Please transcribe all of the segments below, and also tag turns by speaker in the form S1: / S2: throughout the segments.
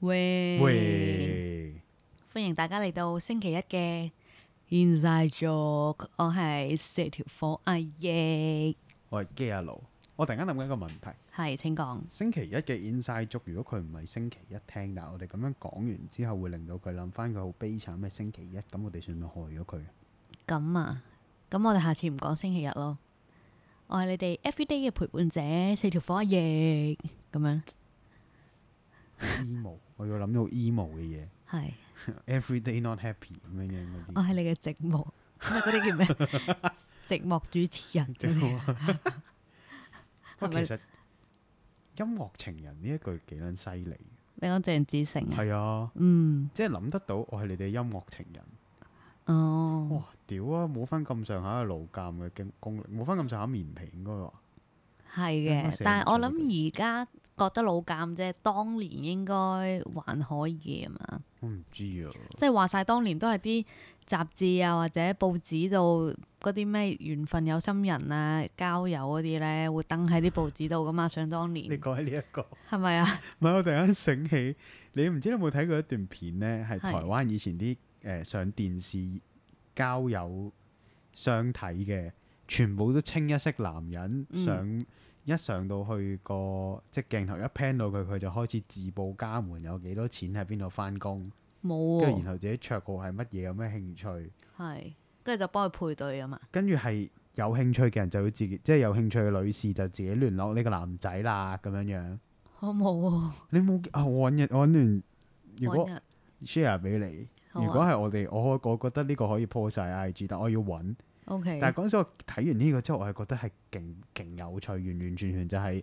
S1: 喂，
S2: 喂，
S1: 歡迎大家嚟到星期一嘅 Inside Joke，我係四條火藝嘅，
S2: 我係 g a l 我突然間諗緊一個問題，
S1: 係請講，
S2: 星期一嘅 Inside 足，如果佢唔係星期一聽，但係我哋咁樣講完之後，會令到佢諗翻佢好悲慘咩星期一，咁我哋算唔算害咗 佢？
S1: 咁啊，咁我哋下次唔講星期日咯，我係你哋 everyday 嘅陪伴者，四條火藝咁樣，
S2: emo，我要諗到 emo 嘅
S1: 係，
S2: 嘢，every day not happy 咁樣樣嗰
S1: 我
S2: 啲。
S1: 係你嘅寂寞，嗰啲叫 咩？寂寞主持人嗰啲，
S2: 喂，
S1: 係咪
S2: 其實音樂情人呢一句幾撚犀利，
S1: 你講鄭志成啊？
S2: 係啊，
S1: 嗯，
S2: 即係諗得到我係你哋音樂情人。
S1: 哦，
S2: 哇！屌啊，冇翻咁上下嘅勞鑑嘅經功力，冇翻咁上下面皮應該話。
S1: 係
S2: 啱啱
S1: 嘅
S2: 啊寫，
S1: 但係我
S2: 唔出嗰
S1: 諗而家覺得老鑑啫，當年應該還可以啊嘛。
S2: 我唔知啊，
S1: 即係話晒，當年都係啲雜誌啊或者報紙度嗰啲咩緣分有心人啊、交友嗰啲咧，會登喺啲報紙度噶 嘛。想當
S2: 你
S1: 年
S2: 講起呢一個， 唔
S1: 係咪啊？
S2: 係我突然間醒起，你唔知你有冇睇過一段片咧？係
S1: 係
S2: 台灣以前啲誒、呃上電視交友相睇嘅，全部都清一色男人、
S1: 嗯
S2: 上一上到去個即係鏡頭一 pan 到佢，佢就開始自報家門，有幾多錢喺邊度翻工，
S1: 冇
S2: 跟住然
S1: 喎，
S2: 後自己綽號係乜嘢，有咩興趣。
S1: 係跟住就幫佢配對啊嘛。
S2: 跟住係有興趣嘅人就要自己，即係有興趣嘅女士就自己聯絡呢個男仔啦，咁樣樣。
S1: 我冇
S2: 你冇啊？我揾日我揾完，
S1: 喎，
S2: 如果
S1: 揾日
S2: share 俾你，
S1: 好啊
S2: 如果係我哋，我我覺得呢個可以 po 晒 IG，但我要揾。
S1: O K，
S2: 但係嗰陣時我睇完呢個之後，我係覺得係勁勁有趣，完完全全就係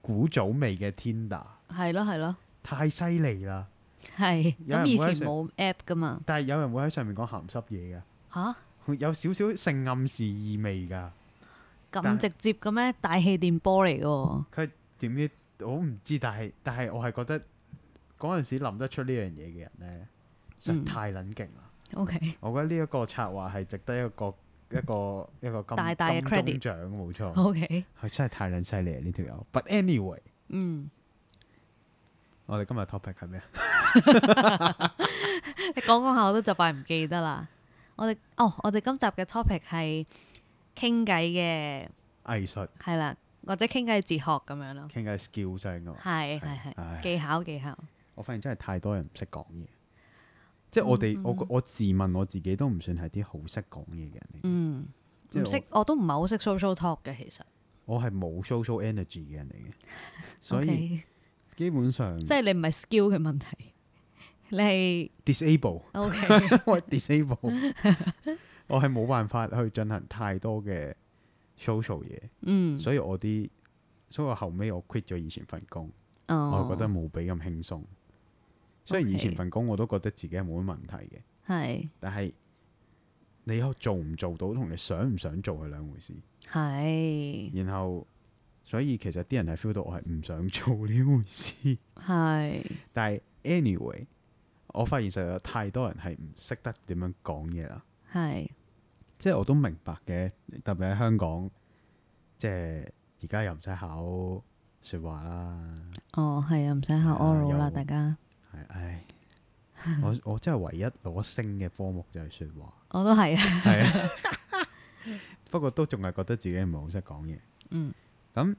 S2: 古早味嘅 Tinder，
S1: 係咯係咯，
S2: 太犀利啦！
S1: 係
S2: 有
S1: 咁
S2: 人
S1: 以
S2: 會喺
S1: 前
S2: 上
S1: 冇 app 噶嘛
S2: 但係有人會喺上面講鹹濕嘢
S1: 吓
S2: 嘅，有少少性暗示意味㗎。但
S1: 咁
S2: 係
S1: 直接嘅咩？大氣電波嚟嘅喎，
S2: 佢點知我唔知，但係但係我係覺得嗰陣時諗得出呢樣嘢嘅人咧，實在
S1: 嗯
S2: 太撚勁啦！
S1: O K，
S2: 我覺得呢一個策劃係值得一個一個一個金
S1: 大大嘅 credit
S2: 金鐘獎，冇錯，
S1: O K，
S2: 係真係太撚犀利啊呢條友。But anyway，
S1: 嗯，
S2: 我哋今日 topic 係咩啊？
S1: 你講講下我都就快唔記得啦。我哋哦，我哋今集嘅 topic 係傾偈嘅，
S2: 藝術
S1: 係啦，或者傾偈哲學咁樣咯。
S2: 傾偈 skill 上噶嘛。
S1: 係係
S2: 係唉
S1: 係，技巧技巧。
S2: 我發現真係太多人唔識講嘢，即係我
S1: 嗯
S2: 哋我我自問我自己都唔算係啲好識講嘢嘅人嚟，
S1: 嗯，
S2: 即係
S1: 唔識我都唔係好識 social talk 嘅，其實。
S2: 我係冇 social energy 嘅人嚟嘅，所
S1: o
S2: 以嗯
S1: k
S2: 基本上
S1: 即係你唔係 skill 嘅問題， 你係
S2: disable。
S1: O K
S2: 我 disable，我係冇辦法去進行太多嘅 social 嘢，
S1: 嗯
S2: 所以我啲，所以我後尾我 quit 咗以前份工，
S1: 哦，
S2: 我覺得冇比咁輕鬆。雖然以前
S1: OK
S2: 份工我都覺得自己係冇乜問題嘅，
S1: 係
S2: 但係你做唔做到同你想唔想做係兩回事。
S1: 係
S2: 然後，所以其實啲人係 feel 到我係唔想做呢回事。
S1: 係
S2: 但係 anyway，我發現實在有太多人係唔識得點樣講嘢啦。
S1: 係
S2: 即係我都明白嘅，特別喺香港，即係而家又唔使考説話啦，
S1: 哦係啊，唔使考
S2: 係啊
S1: oral 啦，
S2: 有
S1: 大家
S2: 係唉，我我真係唯一攞星嘅科目就係説話，
S1: 我都係啊，
S2: 係啊，不過都仲係覺得自己唔係好識講嘢。
S1: 嗯
S2: 咁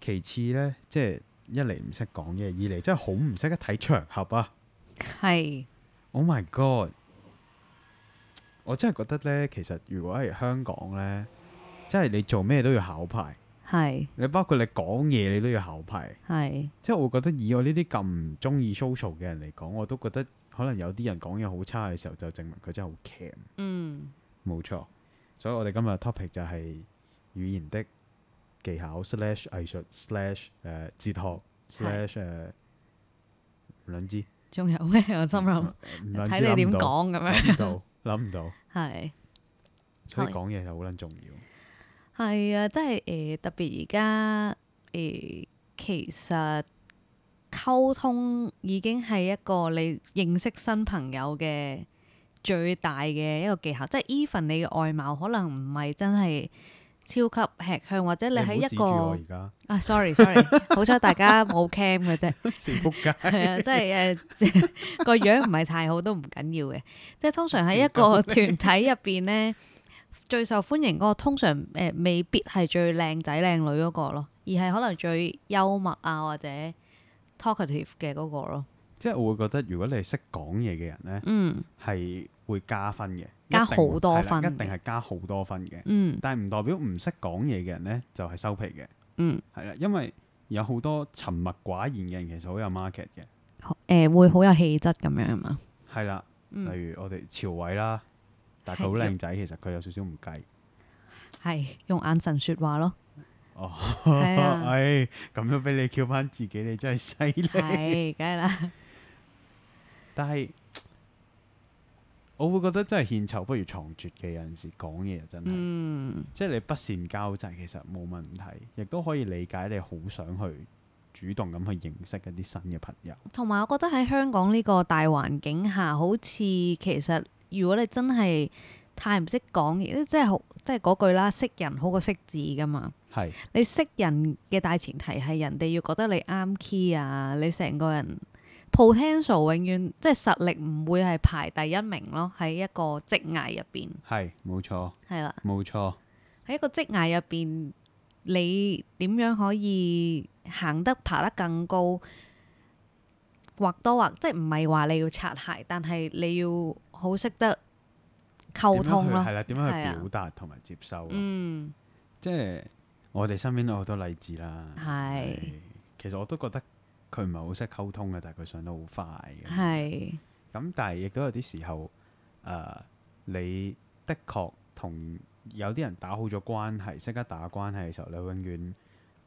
S2: 其次呢，即係一嚟唔識講嘢，二嚟真係好唔識得睇場合啊
S1: 係
S2: ！Oh my god！我真係覺得呢，其實如果係香港呢，即係你做咩都要考牌。
S1: 係
S2: 你包括你講嘢，你都要考牌。
S1: 係
S2: 即係我覺得以我呢啲咁唔中意 social 嘅人嚟講，我都覺得可能有啲人講嘢好差嘅時候，就證明佢真係好 cam。
S1: 嗯。
S2: 冇錯，所以我哋今日嘅 topic 就係語言的技巧 slash 藝術 slash 誒哲學 slash 誒唔撚知，
S1: 仲有 咩？我心諗
S2: 唔撚知
S1: 睇你
S2: 諗
S1: 點
S2: 嗯唔到，
S1: 講咁 樣，
S2: 諗唔到，諗唔到，
S1: 係
S2: 所以
S1: 係
S2: 講嘢就好撚重要。
S1: 係啊，即係誒特別而家誒，其實溝通已經係一個你認識新朋友嘅最大嘅一個技巧，即係 even 你嘅外貌可能唔係真係超級吃香，或者你喺一
S2: 唔好
S1: 個
S2: 指住我
S1: 啊，sorry sorry，好彩大家冇 cam 嘅啫。
S2: 而家四仆街，
S1: 係啊，即係誒個樣唔係 太好都唔緊要嘅，即係通常喺一個 團體入邊咧，最受歡迎嗰個通常誒、呃未必係最靚仔靚女嗰個咯，而係可能最幽默啊或者 talkative 嘅嗰個咯。
S2: 即係我會覺得如果你係識講嘢嘅人咧，
S1: 嗯
S2: 係會加分嘅，
S1: 加
S2: 一定
S1: 好多
S2: 係啦
S1: 分
S2: 一定係加好多分嘅。
S1: 嗯
S2: 但係唔代表唔識講嘢嘅人咧就係收皮嘅，
S1: 嗯，
S2: 係啦，因為有好多沉默寡言嘅人其實好有 market 嘅，
S1: 誒、呃、會好有氣質咁樣啊嘛。
S2: 係啦，
S1: 嗯，
S2: 例如我哋朝偉啦，但係佢好
S1: 係
S2: 靚仔，其實佢有少少唔計。
S1: 係用眼神説話 咯。
S2: 哦，
S1: 係啊
S2: 唉，咁都俾你叫翻自己，你真係犀利。
S1: 係，梗係啦。
S2: 但係我會覺得真係獻醜不如藏拙嘅，有陣時講嘢真係，
S1: 嗯，
S2: 即係你不善交際其實冇問題，亦都可以理解你好想去主動咁去認識一啲新嘅朋友。
S1: 同埋我覺得喺香港呢個大環境下，好似其實如果你真係太唔識講嘢，即係好即係嗰句啦，識人好過識字噶嘛。
S2: 係
S1: 你識人嘅大前提係人哋要覺得你啱 key 啊，你成個人 potential 永遠即係實力唔會係排第一名咯，喺一個職涯入邊
S2: 係冇錯
S1: 係啦。
S2: 冇錯，
S1: 喺一個職涯入邊，你點樣可以行得爬得更高？或多或即係唔係話你要擦鞋，但係你要好識得溝通
S2: 點樣去
S1: 咯
S2: 係。啦，點樣
S1: 係啊
S2: 去表達同埋接收咯？
S1: 嗯，
S2: 即係我哋身邊都有好多例子啦。
S1: 係
S2: 係，其實我都覺得佢唔係好識溝通嘅，但係佢上得好快嘅。
S1: 係
S2: 咁，但係亦都有啲時候，誒、呃你的確同有啲人打好咗關係，識得打關係嘅時候，你永遠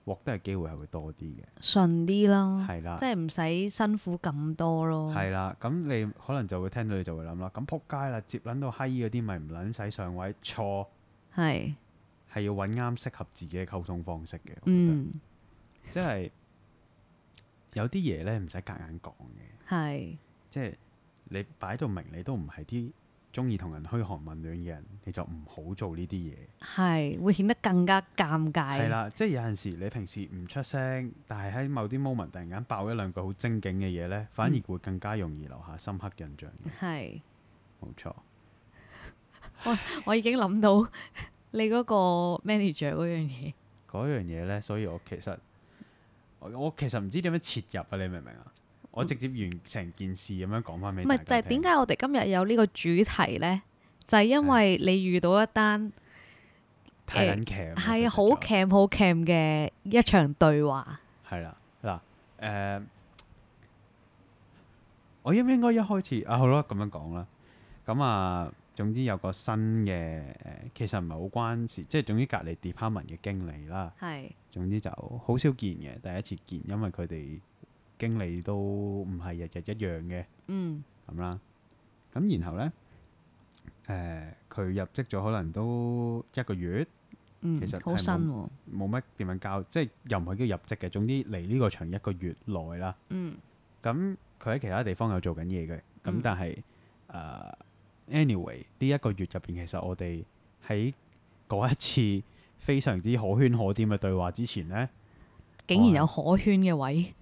S2: 獲得嘅機會係會多啲嘅。
S1: 順啲咯，
S2: 係啦
S1: 即，哦係唔使辛苦咁多咯。
S2: 係啦。咁你可能就會聽到，你就會諗啦。咁撲街啦，接撚到閪嗰啲咪唔撚使上位，錯
S1: 係，
S2: 係要揾啱適合自己嘅溝通方式嘅。我覺得
S1: 嗯，
S2: 即係有啲嘢咧唔使夾硬講嘅，
S1: 係
S2: 即係你擺到明你都唔係啲中意同人噓寒問暖嘅人，你就唔好做呢啲嘢。
S1: 係會顯得更加尷
S2: 係
S1: 尬。
S2: 啦，即係有陣時你平時唔出聲，但係喺某啲 moment 突然間爆一兩句好精警嘅嘢呢，
S1: 嗯
S2: 反而會更加容易留下深刻印象嘅。
S1: 係，
S2: 冇錯，
S1: 我已經諗到 你嗰個 manager 嗰樣嘢。
S2: 嗰樣嘢呢，所以我其實我我其實唔知點樣切入啊，你明唔明啊？我直接完成件事咁樣講翻俾
S1: 嗯唔
S2: 大
S1: 係
S2: 家
S1: 就係
S2: 聽
S1: 點解我哋今日有呢個主題呢？就係、因為你遇到一單
S2: 太撚劇
S1: 係啊
S2: 啦其實
S1: 好
S2: 就
S1: cam 好 cam 嘅一場對話，
S2: 係啦，嗱，誒，我應唔應該一開始啊？好啦，咁樣講啦。咁啊，總之有個新嘅誒、其實唔係好關事，即係總之隔離 department 嘅經理啦。
S1: 係
S2: 總之就好少見嘅，第一次見，因為佢哋經理都唔係日日一樣嘅
S1: 嗯
S2: 咁啦。咁然後呢，誒、佢入職咗可能都一個月，
S1: 嗯，
S2: 其實
S1: 好
S2: 係
S1: 新
S2: 冇
S1: 喎，
S2: 冇乜點樣交，即係又唔係叫入職嘅。總之嚟呢個場一個月內啦。
S1: 嗯
S2: 咁佢喺其他地方有做緊嘢嘅，咁
S1: 嗯
S2: 但係誒、anyway 呢一個月入邊，其實我哋喺嗰一次非常之可圈可點嘅對話之前呢，
S1: 竟然有可圈嘅位，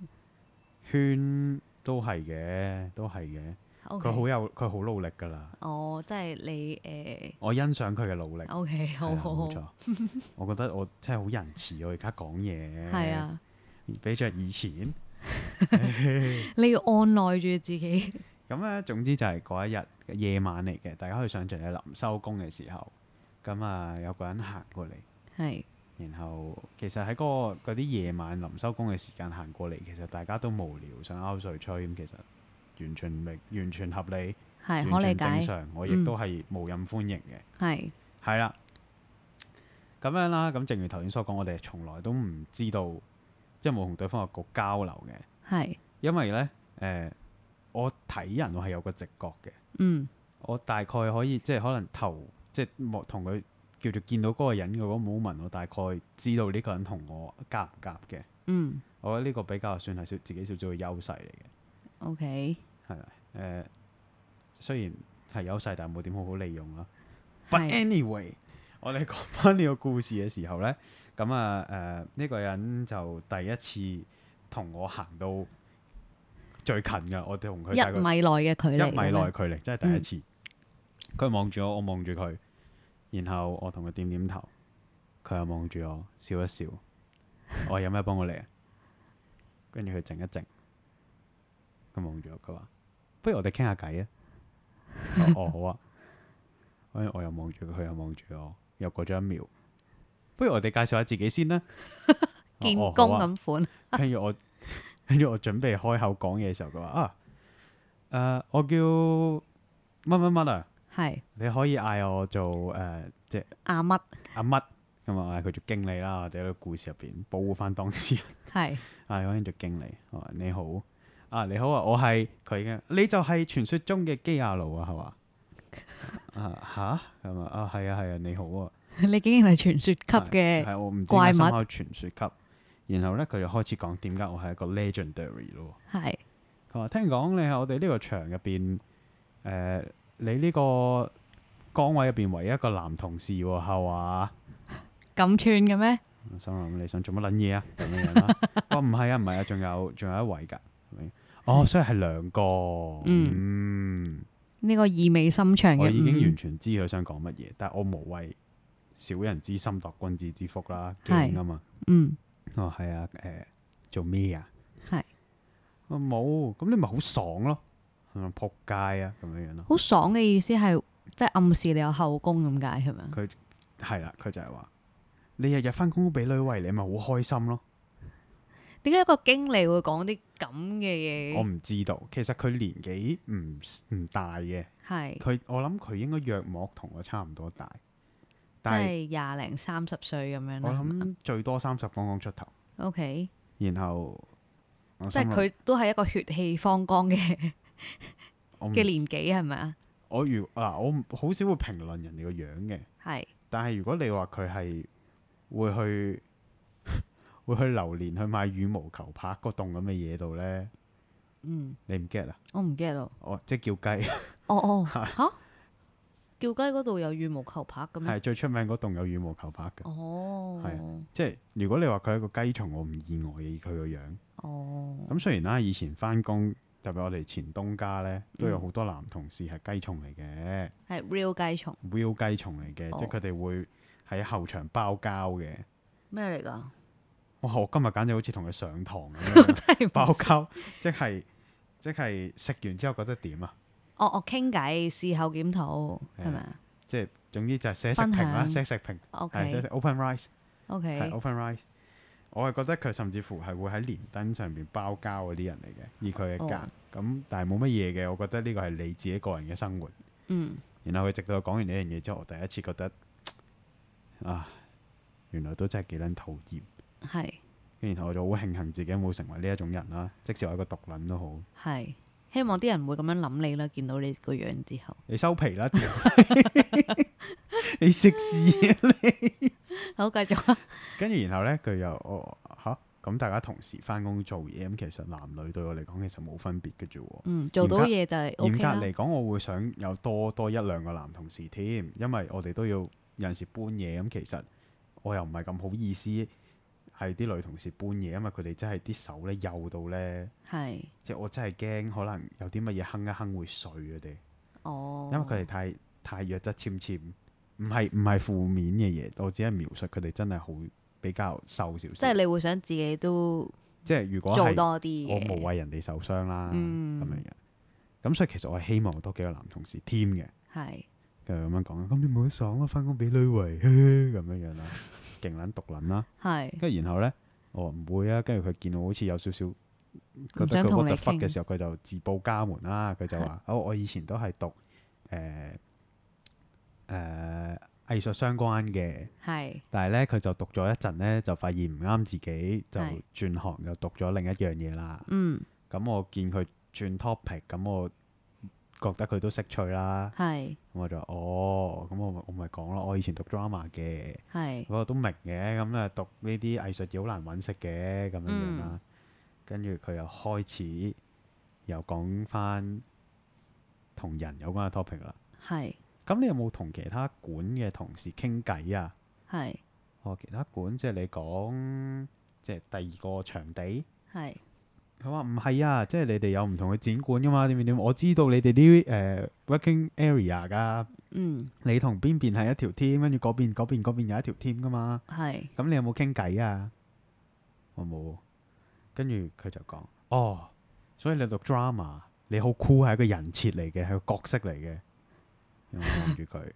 S2: 圈都係嘅，都係嘅。佢
S1: OK，
S2: 好有佢好努力㗎啦，
S1: 哦，即係你
S2: 我欣賞佢嘅努力。
S1: 誒，OK，好
S2: 係啊
S1: 好好
S2: 冇，錯，我覺得我真係好仁慈，我而家講嘢
S1: 係，啊，
S2: 比着以前。
S1: 你要按耐住自己，
S2: 咁咧，總之就係嗰一日夜晚嚟嘅，大家可以想像你臨收工嘅時候，咁啊有個人行過嚟，
S1: 係
S2: 然後其實喺嗰、個嗰啲夜晚臨收工嘅時間行過嚟，其實大家都無聊，想勾水吹，咁其實完全明，完全合理，
S1: 係可
S2: 完
S1: 理
S2: 全正
S1: 解，嗯
S2: 常，我亦都係無任歡迎嘅，
S1: 係
S2: 係啦、咁樣啦，咁正如頭先所講，我哋從來都唔知道，即係冇同對方有個交流嘅，
S1: 係
S2: 因為呢，誒、我睇人我係有個直覺嘅。
S1: 嗯
S2: 我大概可以即係可能頭即係莫同佢叫做見到嗰個人嘅嗰 moment，我大概知道呢個人同我夾唔夾嘅。
S1: 嗯
S2: 我覺得呢個比較算係少自己少少嘅優勢嚟嘅，
S1: ，OK，
S2: 係啦。誒、雖然係優勢，但係冇點好好利用啦。But
S1: 係
S2: anyway，我哋講翻呢個故事嘅時候呢，咁啊誒呢、個人就第一次同我行到最近嘅，我哋同佢
S1: 一
S2: 大概
S1: 米內嘅距離，嗯
S2: 一米內哦距離，真係第一次。佢望住我，我望住佢，然後我同佢點點頭，佢又望住我笑一笑。我話有咩幫我你啊？跟住佢靜一靜，佢望住我，佢話：不如我哋傾下偈啊！我哦好啊。跟住我又望住佢，佢又望住我，又過咗一秒。不如我哋介紹下自己先 啦。我
S1: 見
S2: 哦
S1: 工
S2: 好啊
S1: 咁款，
S2: 跟住我，跟住我準備開口講嘢嘅時候，佢話啊，誒、我叫乜乜乜啊，
S1: 係
S2: 你可以嗌我做誒、即係
S1: 阿乜
S2: 阿乜咁啊，嗌佢做經理啦。我哋喺個故事入邊保護翻當事人，
S1: 係
S2: 嗌我做經理。我話你好，啊你好啊，我係佢已經，你就係傳說中嘅基亞奴啊，係嘛？ 啊吓咁啊啊係啊係啊，你好啊。
S1: 你竟然係傳說級
S2: 係
S1: 嘅，
S2: 係我唔知
S1: 怪
S2: 點
S1: 物
S2: 解深口傳說級。然後咧，佢就開始講點解我係一個 legendary 咯。
S1: 係
S2: 佢話聽講你喺我哋呢個場入邊，誒、呃你呢個崗位入邊唯一一個男同事喎，係嘛？
S1: 咁串嘅咩？
S2: 我心諗你想做乜撚嘢啊？咁樣 樣啦。我唔係啊，唔係啊，仲有仲有一位㗎。咁
S1: 嗯
S2: 樣哦，所以係兩個。嗯，
S1: 呢個意味深長嘅，
S2: 我已經
S1: 嗯
S2: 完全知佢想講乜嘢，但係我無謂小人之心度君子之腹啦，
S1: 係
S2: 驚啊嘛。
S1: 嗯
S2: 哦，係啊，誒、做咩啊？
S1: 係
S2: 我冇，咁你咪好爽咯，係咪仆街啊咁樣樣咯。
S1: 好爽嘅意思係即係暗示你有後宮咁解係咪？
S2: 係啦，佢就係話你日日翻工都俾女喂，你咪好開心咯。
S1: 點解一個經理會講啲咁嘅
S2: 我
S1: 嘢？
S2: 唔知道，其實佢年紀唔唔大嘅，
S1: 係
S2: 佢我諗佢應該約莫同我差唔多大，
S1: 即
S2: 但
S1: 係
S2: 係
S1: 廿零三十歲咁樣
S2: 我
S1: 啦。係嘛
S2: 諗最多三十剛剛出頭，
S1: OK，
S2: 然後我
S1: 即
S2: 心
S1: 係
S2: 諗
S1: 佢都係一個血氣方剛嘅
S2: 我唔
S1: 嘅年紀係咪啊？
S2: 我如嗱我唔好少會評論人哋個樣嘅。
S1: 係
S2: 但係如果你話佢係會去 會去榴蓮去買羽毛球拍嗰棟咁嘅嘢度呢，
S1: 嗯，
S2: 你唔 get 啊？
S1: 我唔 get 咯。
S2: 哦，即係叫雞，
S1: 哦哦，吓叫雞嗰度有羽毛球拍咁樣
S2: 係。最出名嗰棟有羽毛球拍嘅。
S1: 哦，
S2: 即係如果你話佢係一個雞蟲，我唔意外嘅，以佢個樣。
S1: 哦，
S2: 咁雖然啦，以前翻工特別我哋前東家呢，都有
S1: 嗯
S2: 好多男同事係雞蟲嚟嘅
S1: 係 real 雞蟲
S2: real 雞蟲嚟嘅，即係
S1: 哦
S2: 佢哋會喺後場包膠嘅。
S1: 咩嚟㗎？
S2: 哇！我今日簡直好似同佢上堂咁樣。
S1: 真係唔
S2: 爆
S1: 知
S2: 膠，即係即係食完之後覺得點啊？
S1: 哦哦，傾偈事後檢討係咪啊
S2: 即係總之就係寫食評啦，
S1: 分享
S2: 寫食評係寫
S1: ？OK
S2: 食 open rice 係
S1: OK，
S2: open rice。我係覺得佢甚至乎係會喺連登上邊包膠嗰啲人嚟嘅，以佢嘅
S1: 哦
S2: 格咁，但係冇乜嘢嘅。我覺得呢個係你自己個人嘅生活。
S1: 嗯，
S2: 然後佢直到佢講完呢樣嘢之後，我第一次覺得啊，原來都真係幾撚討厭。
S1: 係
S2: 跟住然後我就好慶幸自己冇成為呢一種人啦，即使我係一個毒撚都好。
S1: 係，希望啲人唔會咁樣諗你啦，見到你個樣之後。
S2: 你收皮啦！屌 你食屎啊！
S1: 好，繼續。啊
S2: 跟住然後呢，佢又哦吓咁，大家同時翻工做嘢咁，其實男女對我嚟講其實冇分別嘅啫喎。
S1: 嗯，做到嘢就係 O
S2: 嚴
S1: K 啦
S2: 格。嚟講，我會想有多多一兩個男同事添，因為我哋都要有陣時搬嘢咁，其實我又唔係咁好意思係啲女同事搬嘢，因為佢哋真係啲手呢幼到呢，
S1: 係，
S2: 即係我真係驚可能有啲乜嘢哼一哼會碎佢哋。
S1: 哦，
S2: 因為佢哋太太弱質纖纖，唔係唔係負面嘅嘢，我只係描述佢哋真係好比較瘦少少。
S1: 即係你會想自己都
S2: 即係如果
S1: 做
S2: 係
S1: 多啲
S2: 我
S1: 嘅
S2: 無謂人哋受傷啦，咁、
S1: 嗯
S2: 樣樣。咁所以其實我係希望多幾個男同事添嘅，
S1: 係
S2: 佢咁樣講，咁你冇得爽啊，翻工俾女圍 咁樣樣啦，勁撚毒撚
S1: 嗯
S2: 啦。
S1: 係
S2: 跟住然後咧，我話唔會啊，跟住佢見我好似有少少覺得
S1: 想
S2: 佢
S1: 同
S2: what
S1: 你
S2: the fuck
S1: 傾
S2: 嘅時候，佢就自報家門啦。佢就話： 哦，我以前都係讀誒誒藝術相關嘅，
S1: 係
S2: 但係咧佢就讀咗一陣咧，就發現唔啱自己，就
S1: 係
S2: 轉行又讀咗另一樣嘢啦。
S1: 嗯
S2: 咁我見佢轉 topic，咁我覺得佢都識趣啦。
S1: 係
S2: 咁我就話哦，咁我咪我咪講咯，我以前讀 drama 嘅。
S1: 係
S2: 我都明嘅，咁啊讀呢啲藝術嘢好難揾食嘅咁樣樣啦。跟住佢又開始又講翻同人有關嘅 topic 啦。
S1: 係
S2: 咁你有冇同其他館嘅同事傾偈啊？
S1: 係
S2: 哦，其他館即係你講，即係第二個場地。
S1: 係
S2: 佢話唔係啊，即係你哋有唔同嘅展館噶嘛？點點點，我知道你哋啲誒 working area 噶，
S1: 嗯
S2: 你同邊邊係一條 team，跟住嗰邊嗰邊嗰邊有一條 team 噶嘛。
S1: 係
S2: 咁你有冇傾偈啊？我冇。跟住佢就講：哦，所以你讀 drama，你好酷係一個人設嚟嘅，係個角色嚟嘅。我望住佢，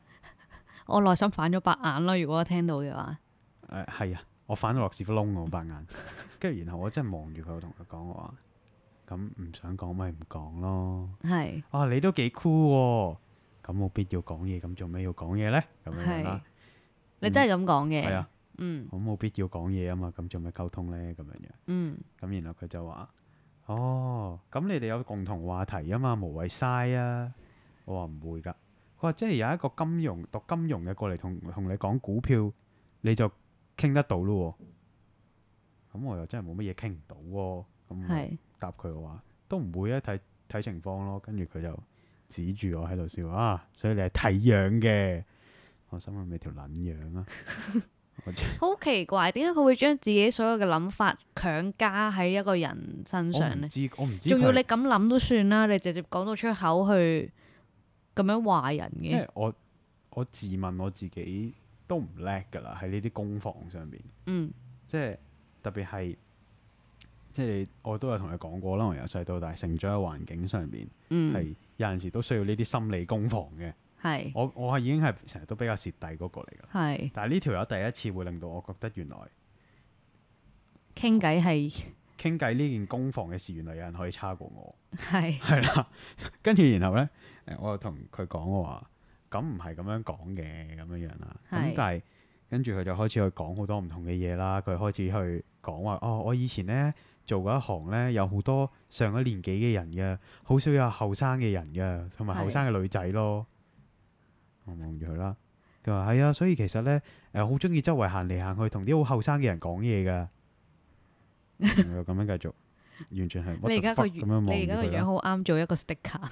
S1: 我內心反咗白眼咯。如果我聽到嘅話，
S2: 誒係啊，我反咗落屎窟窿啊我白眼。跟住然後我真係望住佢，我同佢講我話：咁唔想講咪唔講咯。
S1: 係
S2: 啊，你都幾酷喎！咁冇必要講嘢，咁做咩要講嘢呢？咁樣樣啦，
S1: 你真係咁講嘅。
S2: 係啊，
S1: 嗯
S2: 咁冇必要講嘢啊嘛，咁做咩溝通呢？咁樣樣。
S1: 嗯
S2: 咁然後佢就話：哦，咁你哋有共同話題啊嘛，無謂嘥啊！我話唔會㗎。佢話即係有一個金融讀金融嘅過嚟同同你講股票，你就傾得到咯喎。咁我又真係冇乜嘢傾唔到喎。咁我
S1: 係
S2: 答佢我話都唔會啊，睇睇情況咯。跟住佢就指住我喺度笑啊，所以你係睇樣嘅。我心諗咪條撚樣啊！我真
S1: 好奇怪，點解佢會將自己所有嘅諗法強加喺一個人身
S2: 我
S1: 上
S2: 唔
S1: 呢？
S2: 知，我唔知
S1: 仲要
S2: 佢
S1: 你
S2: 係
S1: 咁諗都算啦，你直接講到出口去咁樣話人
S2: 即
S1: 嘅
S2: 係，我我自問我自己都唔叻㗎啦，喺呢啲攻防上邊，
S1: 嗯
S2: 即係特別係即係你我都有同你講過啦，我由細到大成長嘅環境上邊
S1: 嗯
S2: 係有陣時都需要呢啲心理攻防嘅。
S1: 係
S2: 我我係已經係成日都比較蝕底嗰個嚟㗎啦，
S1: 係
S2: 但係呢條友第一次會令到我覺得原來
S1: 傾偈係
S2: 傾偈呢件攻防嘅事，原來有人可以差過我。
S1: 係
S2: 係啦，跟住然後咧，誒我又同佢講我話，咁唔係咁樣講嘅，咁樣樣啦。咁
S1: 係
S2: 但係跟住佢就開始去講好多唔同嘅嘢啦。佢開始去講話，哦，我以前咧做嗰一行咧，有好多上咗年紀嘅人嘅，好少有後生嘅人嘅，同埋後生嘅女仔咯。我望住佢啦，佢話係啊，所以其實咧，誒好中意周圍行嚟行去，同啲好後生嘅人講嘢㗎。然後咁樣繼續，完全係 what
S1: 你而
S2: the
S1: 家個
S2: fuck 咁樣望
S1: 樣你而家個
S2: 住佢啦
S1: 樣好啱做一個 sticker，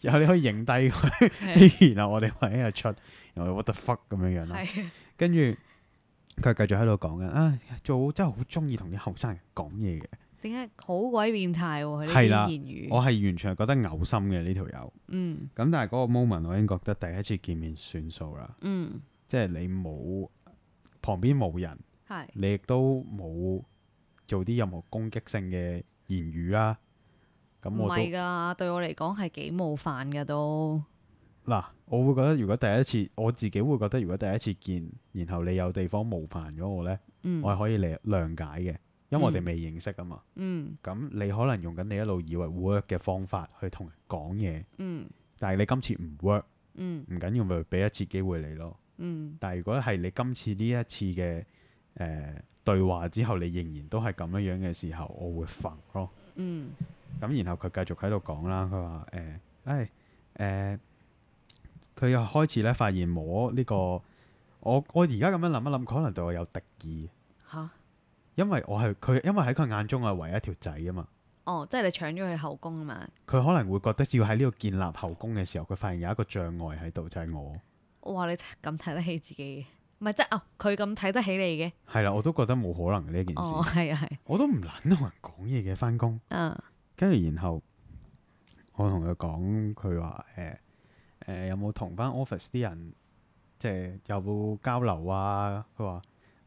S2: 然後你可以影低佢，
S1: 係
S2: 然後我哋咪喺度出，然後 what the fuck 咁樣樣啦。
S1: 係
S2: 跟住佢繼續喺度講緊啊，做真係好中意同啲後生人講嘢嘅。
S1: 點解好鬼變態喎？佢呢
S2: 係啦
S1: 啲言語，
S2: 我係完全係覺得嘔心嘅呢條友。
S1: 嗯
S2: 咁但係嗰個 moment 我已經覺得第一次見面算數啦，
S1: 嗯
S2: 即係你冇旁邊冇人，
S1: 係
S2: 你亦都冇做啲任何攻擊性嘅言語啦。咁
S1: 唔
S2: 我
S1: 係
S2: 都
S1: 㗎？對我嚟講係幾冒犯㗎都，
S2: 嗱，我會覺得如果第一次我自己會覺得如果第一次見，然後你有地方冒犯咗我呢。
S1: 嗯
S2: 我係可以理諒解嘅，因為我哋
S1: 嗯
S2: 未認識啊嘛。
S1: 嗯
S2: 咁你可能用緊你一路以為 work 嘅方法去同人講嘢，
S1: 嗯
S2: 但係你今次唔 work，
S1: 嗯
S2: 唔緊要，咪俾一次機會你咯。
S1: 嗯
S2: 但係如果係你今次呢一次嘅誒、呃、對話之後，你仍然都係咁樣樣嘅時候，我會憤咯。
S1: 嗯
S2: 咁然後佢繼續喺度講啦，佢話誒，誒、哎、誒，佢、又開始咧發現摸呢、個，我我而家咁樣諗一諗，佢可能對我有敵意。
S1: 吓
S2: 因為我係佢，因為喺佢眼中我係唯一條仔啊嘛。
S1: 哦，即係你搶咗佢後宮啊嘛？
S2: 佢可能會覺得要喺呢度建立後宮嘅時候，佢發現有一個障礙喺度，就係、我。
S1: 哇！你咁睇得起自己嘅，唔係即係哦，佢咁睇得起你嘅。
S2: 係啦，我都覺得冇可能嘅呢件事，
S1: 哦，係啊，係，
S2: 我都唔撚同人講嘢嘅翻工。
S1: 嗯
S2: 跟住然後我同佢講，佢話誒誒有冇同翻 office 啲人即係有冇交流啊？佢話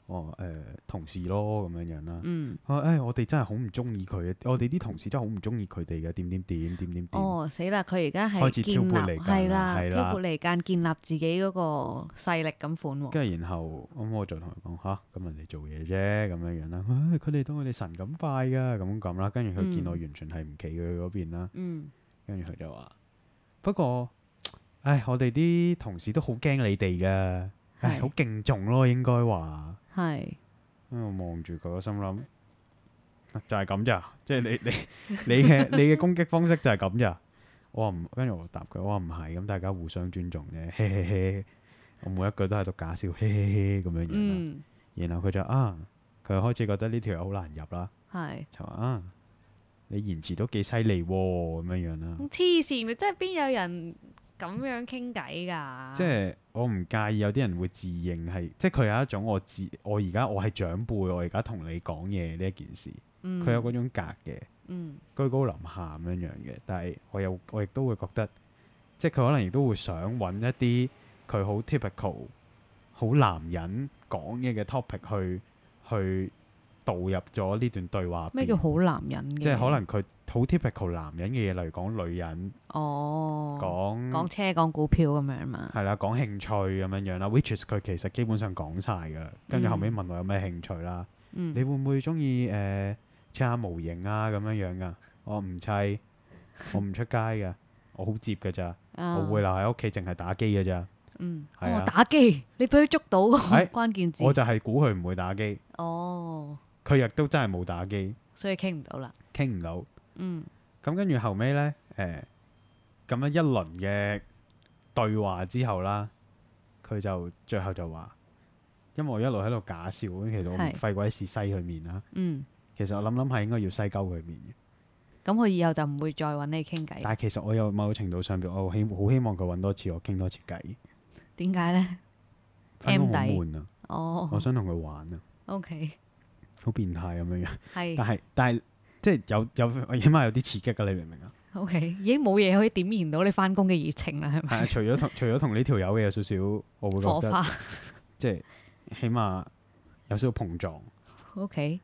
S2: 哦誒、呃同事咯咁樣樣啦。
S1: 嗯，
S2: 佢話誒我哋真係好唔中意佢，我哋啲同事真係好唔中意佢哋嘅點點點點點點。
S1: 哦，死啦！佢而家係
S2: 開始挑撥
S1: 建立
S2: 離間啦
S1: 係啦，
S2: 係啦
S1: 挑撥離間，建立自己嗰個勢力咁款喎。
S2: 跟住然後咁我就同佢講吓，咁人哋做嘢啫咁樣樣啦。唉佢哋當佢哋神咁拜噶，咁咁啦。跟住佢見我
S1: 嗯
S2: 完全係唔企佢嗰邊啦，
S1: 嗯，
S2: 跟住佢就話：不過，唉，我哋啲同事都好驚你哋噶，唉，
S1: 係
S2: 好敬重咯，應該話。
S1: 係
S2: 咁我望住佢，我心諗啊就係咁咋，即係你你你嘅你嘅攻擊方式就係咁咋。我話唔，跟住我答佢，我話唔係，咁大家互相尊重啫，嘿嘿 嘿。我每一句都喺度假笑，嘿嘿嘿咁樣樣啦。
S1: 嗯
S2: 然後佢就啊，佢開始覺得呢條友好難入啦，
S1: 係。
S2: 就話啊，你延遲都幾犀利喎咁樣樣啦。
S1: 咁黐線！你真係邊有人咁樣傾偈㗎，
S2: 即係我唔介意有啲人會自認係，即係佢有一種我自我而家我係長輩，我而家同你講嘢呢一件事，
S1: 嗯
S2: 佢有嗰種格嘅，
S1: 嗯
S2: 居高臨下咁樣樣嘅。但係我又我亦都會覺得，即係佢可能亦都會想揾一啲佢好 typical、好男人講嘢嘅 topic 去去導入咗呢段對話入邊。
S1: 咩叫好男人嘅？
S2: 即係可能佢好 typical 男人嘅嘢，例如講女人、
S1: 哦，
S2: 講
S1: 講車講股票咁樣嘛，
S2: 係啦，講興趣咁樣樣啦。which is 佢其實基本上講晒㗎啦。跟住後
S1: 嗯
S2: 尾問我有咩興趣啦，
S1: 嗯
S2: 你會唔會中意誒砌下模型啊咁樣樣㗎？我唔砌，我唔出街㗎， 我好接㗎咋，
S1: 啊
S2: 我會留喺屋企淨係打機㗎咋。
S1: 嗯，
S2: 係啊
S1: 哦打機，你俾佢捉到個
S2: 係
S1: 關鍵字
S2: 我，就係估佢唔會打機，
S1: 哦，
S2: 佢亦都真係冇打機，
S1: 所以傾唔到啦，
S2: 傾唔到。
S1: 嗯
S2: 咁跟住後尾呢，誒咁樣一輪嘅對話之後啦，佢就最後就話，因為我一路喺度假笑，咁其實我唔
S1: 係
S2: 費鬼事西佢面啦。
S1: 嗯，
S2: 其實我諗諗係應該要西鳩佢面嘅，
S1: 咁佢以後就唔會再揾你傾偈，
S2: 但係其實我有某程度上邊，我希好希望佢揾多次我傾多次偈，
S1: 點解呢？
S2: 翻
S1: M
S2: 工好
S1: 底
S2: 悶啊，我
S1: 哦
S2: 想同佢玩啊，
S1: ，OK，
S2: 好變態咁 樣樣。但
S1: 係
S2: 係但係即係有有 起碼有啲刺激㗎，你明唔明 啊？
S1: OK，已經冇嘢可以點燃到你翻工嘅熱情啦，係
S2: 係啊，
S1: 咪？
S2: 除咗同除咗同呢條友嘅有少少，我會
S1: 火
S2: 覺得。
S1: 花
S2: 即係起碼有少少碰撞。
S1: ，OK，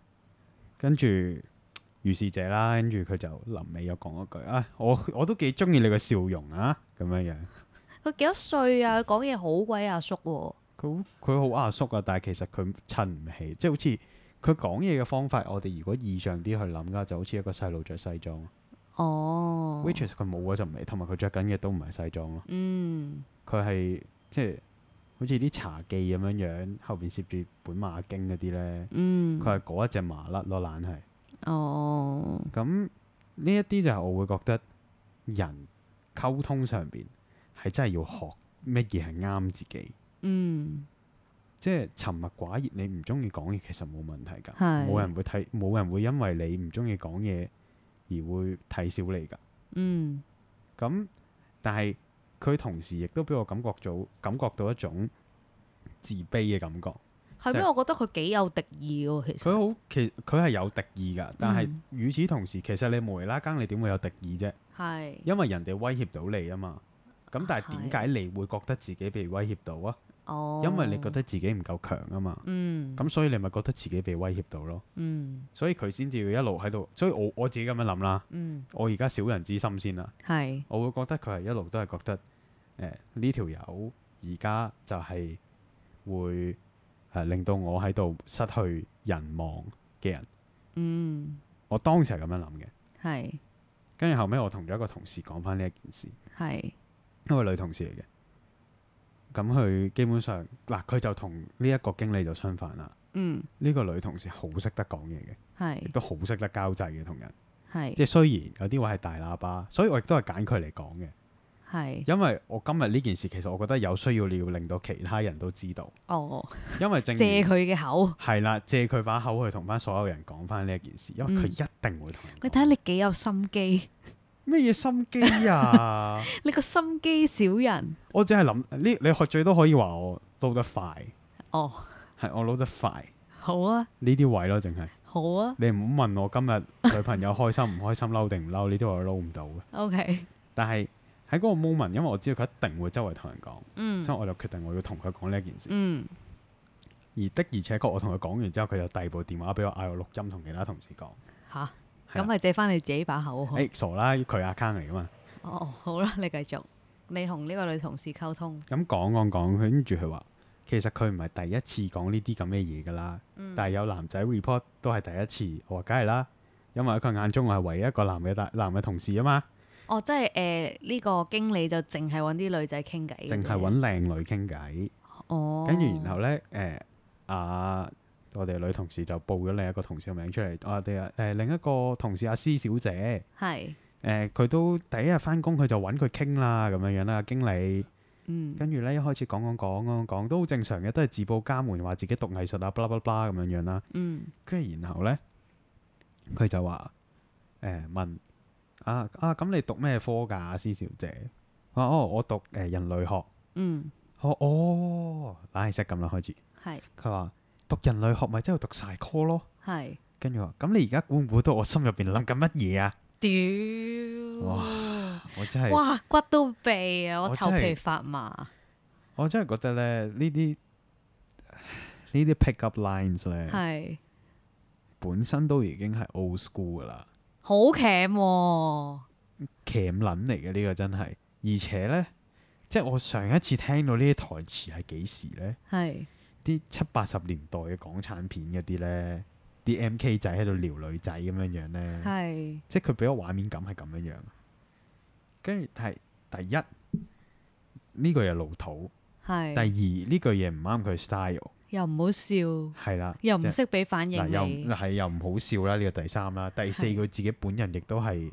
S2: 跟住如是者啦，跟住佢就臨尾又講一句啊，我我都幾中意你個笑容啊，咁樣樣。
S1: 佢幾多歲啊？講嘢好鬼阿叔喎，
S2: 佢好佢好阿叔啊，但係其實佢襯唔起，即係好似佢講嘢嘅方法，我哋如果意象啲去諗㗎，就好似一個細路着西裝、
S1: 哦
S2: w h i c h is 佢冇嗰陣味，同埋佢着緊嘅都唔係西裝咯，
S1: 嗯，
S2: 佢係即係好似啲茶記咁樣樣，後邊攝住本馬經嗰啲咧，
S1: 嗯，
S2: 佢係嗰一隻麻甩咯，懶係。
S1: 哦，
S2: 咁呢一啲就係我會覺得人溝通上邊係真係要學乜嘢係啱自己，
S1: 嗯，
S2: 即係沉默寡言，你唔中意講嘢其實冇問題㗎，
S1: 係
S2: 冇人會睇，冇人會因為你唔中意講嘢而會睇小你㗎。
S1: 嗯，
S2: 咁但係佢同時亦都俾我感覺到感覺到一種自卑嘅感覺。
S1: 係
S2: 即
S1: 咩？
S2: 係
S1: 我覺得佢幾有敵意喎，其實，
S2: 佢好其佢係有敵意㗎，但係
S1: 嗯
S2: 與此同時，其實你無釐啦更，你點會有敵意啫？
S1: 係，
S2: 因為人哋威脅到你啊嘛。咁但係點解你會覺得自己被威脅到啊？
S1: 哦，
S2: 因為你覺，得自己唔夠強啊嘛。
S1: 嗯，
S2: 咁所以你咪覺得自己被威脅到咯。
S1: 嗯，
S2: 所以佢先至要一路喺度。所以我我自己咁樣諗啦，
S1: 嗯，
S2: 我而家小人之心先啦。
S1: 係，
S2: 我會覺得佢係一路都係覺得誒呢條友而家就係會誒、呃令到我喺度失去人望嘅人。
S1: 嗯，
S2: 我當時係咁樣諗嘅。
S1: 係，
S2: 跟住後尾我同咗一個同事講翻呢一件事。
S1: 係，
S2: 因為女同事嚟嘅，咁佢基本上嗱，佢就同呢一個經理就相反啦。
S1: 嗯，
S2: 呢、個女同事好識得講嘢嘅，亦
S1: 係，
S2: 都好識得交際嘅同人。
S1: 係，
S2: 即係雖然有啲位係大喇叭，所以我亦都係揀佢嚟講嘅，
S1: 係，
S2: 因為我今日呢件事其實我覺得有需要你要令到其他人都知道，
S1: 哦，
S2: 因為正如
S1: 借佢嘅口，
S2: 係啦，借佢把口去同翻所有人講翻呢一件事，因為佢
S1: 嗯
S2: 一定會同人
S1: 你睇
S2: 講。
S1: 下你幾有心機，
S2: 咩嘢心機啊？
S1: 你個心機小人，
S2: 我只係諗呢，你學最多可以話我撈得快，
S1: 哦，
S2: 係我撈得快。
S1: 好啊，
S2: 呢啲位咯，淨係
S1: 好啊
S2: 你唔好問我今日女朋友開心唔開心、嬲定唔嬲，呢啲我都撈唔到嘅。
S1: ，OK，
S2: 但係喺嗰個 moment，因為我知道佢一定會周圍同人講，
S1: 嗯
S2: 所，以我就決定我要同佢講呢一件事。
S1: 嗯，
S2: 而的而且確，我同佢講完之後，佢就遞部電話俾我，嗌我錄音同其他同事講。
S1: 吓，
S2: 係啊哎
S1: 咁
S2: 啦
S1: 咪借翻你自己把口好
S2: 誒、傻啦，佢 account 嚟噶嘛？
S1: 哦，好啦，你繼續，你同呢個女同事溝通，
S2: 咁講講講，佢跟住佢話其實佢唔係第一次講呢啲咁嘅嘢㗎啦。
S1: 嗯，
S2: 但係有男仔 report 都係第一次，我話梗係啦，因為喺佢眼中我係唯一一個男嘅大男嘅同事啊嘛，
S1: 哦，即係誒呢個經理就淨係揾啲女仔傾偈嘅啫，
S2: 淨係揾靚女傾偈。
S1: 哦，
S2: 跟住然後咧，誒、啊，我哋女同事就報咗另一個同事嘅名出嚟，我哋啊誒另一個同事阿施小姐，
S1: 係
S2: 誒、佢都第一日翻工佢就揾佢傾啦，咁樣樣啦，經理。
S1: 嗯
S2: 跟住咧一開始講講講講講都好正常嘅，都係自報家門話自己讀藝術啊，巴拉巴拉咁樣樣啦。
S1: 嗯
S2: 跟住然後咧，佢就話誒、問啊啊咁你讀咩科㗎，施小姐？佢話哦，我讀誒、呃人類學，
S1: 嗯，
S2: 我哦，懶係識咁啦開始。
S1: 係
S2: 佢話讀人類學咪即係讀晒科咯，
S1: 係，
S2: 跟住我話咁你而家估唔估到我心入邊諗緊乜嘢啊？
S1: 屌， 哇
S2: 我真係
S1: 骨都痹啊，我
S2: 我
S1: 頭
S2: 真係
S1: 皮發麻，
S2: 我真係覺得咧呢啲呢啲 pick up lines 咧，
S1: 係
S2: 本身都已經係 old school 噶啦，
S1: 好鉗喎，
S2: 鉗撚嚟嘅呢個真係，而且咧即係我上一次聽到呢啲台詞係幾時咧？
S1: 係
S2: 啲七八十年代嘅港產片嗰啲咧，啲 M K 仔喺度撩女仔咁樣樣咧，
S1: 係
S2: 即係佢俾我畫面感係咁樣樣。跟住係第一呢句嘢老土，第二
S1: 係，
S2: 呢句嘢唔啱佢 style，
S1: 又唔好笑，
S2: 係啦，
S1: 又
S2: 即
S1: 唔
S2: 係
S1: 識俾反應
S2: 嗱又
S1: 你
S2: 唔，係又唔好笑啦，呢個第三啦，第四
S1: 係
S2: 佢自己本人亦都係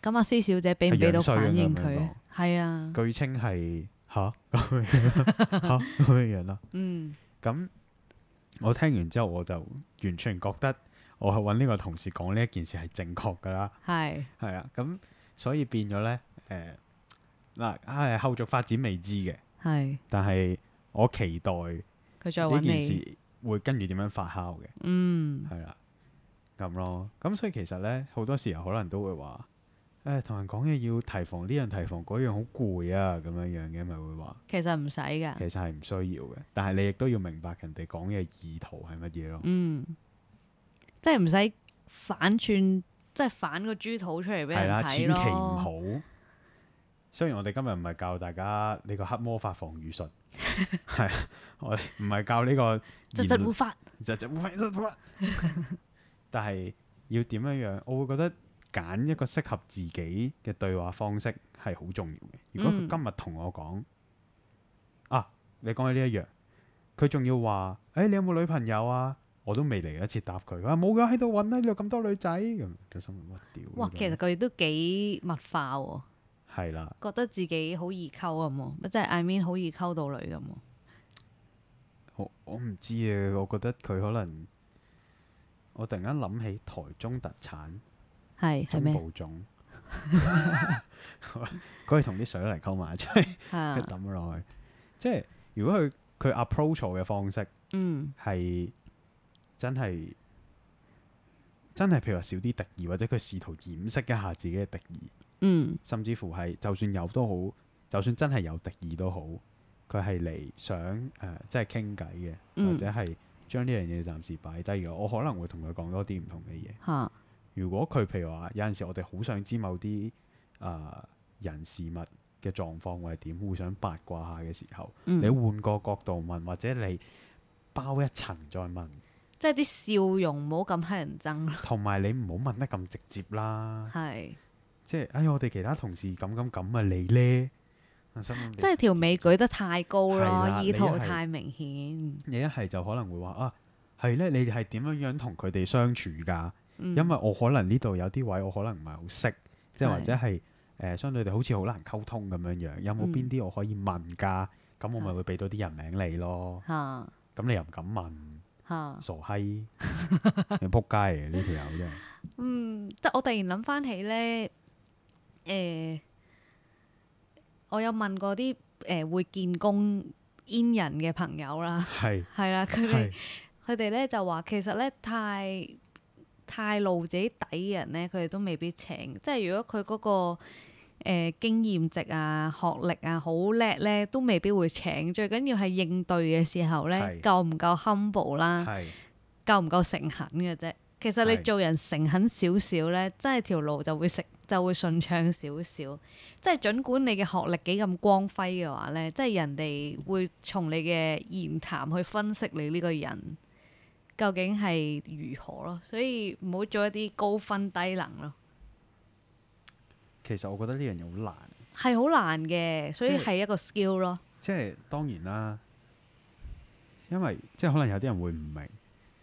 S1: 咁阿施小姐俾唔俾到反應
S2: 係樣衰
S1: 佢
S2: 啊？
S1: 係啊，
S2: 據稱係 吓咁樣啦吓咁樣樣啦。
S1: 嗯，
S2: 咁我聽完之後，我就完全覺得我去揾呢個同事講呢一件事係正確㗎啦，
S1: 係
S2: 係啊，咁所以變咗呢，誒嗱啊後續發展未知嘅，
S1: 係，
S2: 但係我期待
S1: 佢再揾
S2: 呢件
S1: 你，
S2: 事會跟住點樣發酵嘅，
S1: 嗯，
S2: 係啦，咁咯，咁所以其實呢，好多時候可能都會話。誒同人講嘢要提防呢樣提防嗰樣好攰啊咁樣樣嘅咪會話，
S1: 其實唔使㗎
S2: 其，實係唔需要嘅，但係你亦都要明白人哋講嘅意圖係乜嘢咯。
S1: 嗯，即係唔使反轉，即係反個豬肚出嚟俾
S2: 係
S1: 人
S2: 啦，
S1: 睇
S2: 千
S1: 咯。
S2: 祈唔好。雖然我哋今日唔係教大家呢個黑魔法防 禦術，係啊我哋唔係教呢個
S1: 即
S2: 言
S1: 即會發，
S2: 就就 但係要點樣樣？我會覺得揀一個適合自己嘅對話方式係好重要嘅。如果
S1: 嗯
S2: 佢今日同我講、啊，你講起呢一樣，佢仲要話：，誒、你有冇女朋友啊？我都未嚟得切答佢，佢話冇㗎，喺度揾啦，呢度咁多女仔咁，佢心諗我屌呢個
S1: 哇！
S2: 人。
S1: 其實佢哋都幾物化喎，
S2: 係啦，
S1: 覺得自己好易溝咁喎，即係 I mean 好易溝到女咁喎。
S2: 我我唔知啊，我覺得佢可能，我突然間諗起台中特產
S1: 係係
S2: 中
S1: 咩？
S2: 部粽，佢係同啲水泥溝埋一齊，
S1: 嚇
S2: 一抌咗落去。即係如果佢佢 approach 我嘅方式
S1: 嗯
S2: 係真係真係，譬如話少啲敵意，或者佢試圖掩飾一下自己嘅敵意，
S1: 嗯
S2: 甚至乎係就算有都好，就算真係有敵意都好，佢係嚟想誒、呃即係傾偈嘅。或
S1: 嗯
S2: 者係將呢樣嘢暫時擺低嘅，我可能會同佢講多啲唔同嘅嘢。
S1: 嚇
S2: 如果佢譬如話有陣時我哋好想知某啲啊、人事物嘅狀況或者點，會想八卦下嘅時候，
S1: 嗯
S2: 你換個角度問，或者你包一層再問，
S1: 即係啲笑容唔好咁乞人憎咯。
S2: 同埋你唔好問得咁直接啦。
S1: 係，
S2: 即係哎呀，我哋其他同事咁咁咁啊，你呢？我心諗你
S1: 即係條尾舉得太高
S2: 係啦
S1: 咯，意
S2: 你
S1: 圖
S2: 係
S1: 太明顯。
S2: 你一係就可能會話啊，係呢？你哋係點樣樣同佢哋相處㗎？
S1: 因
S2: 因為我可能呢度有啲位我可能唔係好識，即係
S1: 嗯係
S2: 或者係誒、呃相對地好似好難溝通咁樣樣，有冇
S1: 嗯啊
S2: 邊啲我可以問㗎？咁我咪
S1: 係
S2: 會俾到啲人名你咯。
S1: 嚇
S2: 咁你又唔敢問，
S1: 嗯嚇。
S2: 傻閪， 你仆街嚟嘅呢條友真係。
S1: 嗯，即係我突然諗翻起咧，誒、我有問過啲誒、呃、會見工 in 人嘅朋友啦，
S2: 係
S1: 係啦，佢哋
S2: 係
S1: 佢哋咧就話其實咧太太露自己底嘅人咧，佢哋都未必請。即係如果佢嗰、個誒、呃、經驗值啊、學歷啊好叻咧，都未必會請。最緊要係應對嘅時候咧
S2: 係，
S1: 夠唔夠 humble 啦。
S2: 係
S1: 夠唔夠誠懇嘅啫。其實你
S2: 係
S1: 做人誠懇少少咧，真係條路就會食就會順暢少少。即係儘管你嘅學歷幾咁光輝嘅話咧，即係人哋會從你嘅言談去分析你呢個人究竟係如何咯。所以唔好做一啲高分低能咯，
S2: 其實我覺得呢樣嘢好難，
S1: 係好難嘅。所以
S2: 即係
S1: 係一個 skill 咯。
S2: 即係當然啦，因為即係可能有啲人會唔明，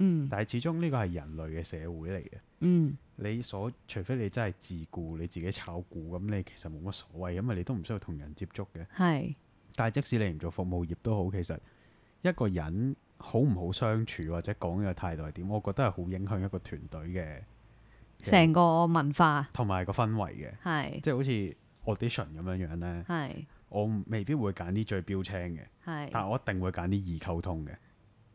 S1: 嗯
S2: 但係始終呢個係人類嘅社會嚟嘅。
S1: 嗯
S2: 你所除非你真係自顧，你自己炒股咁，你其實冇乜所謂，因為你都唔需要同人接觸嘅。
S1: 係
S2: 但係即使你唔做服務業都好，其實一個人好唔好相處或者講嘅態度係點，我覺得係好影響一個團隊嘅嘅
S1: 成個文化
S2: 同埋個氛圍嘅，
S1: 係
S2: 即係好似 audition 咁樣樣咧，
S1: 係
S2: 我未必會揀啲最標青嘅，但
S1: 係
S2: 我一定會揀啲易溝通嘅。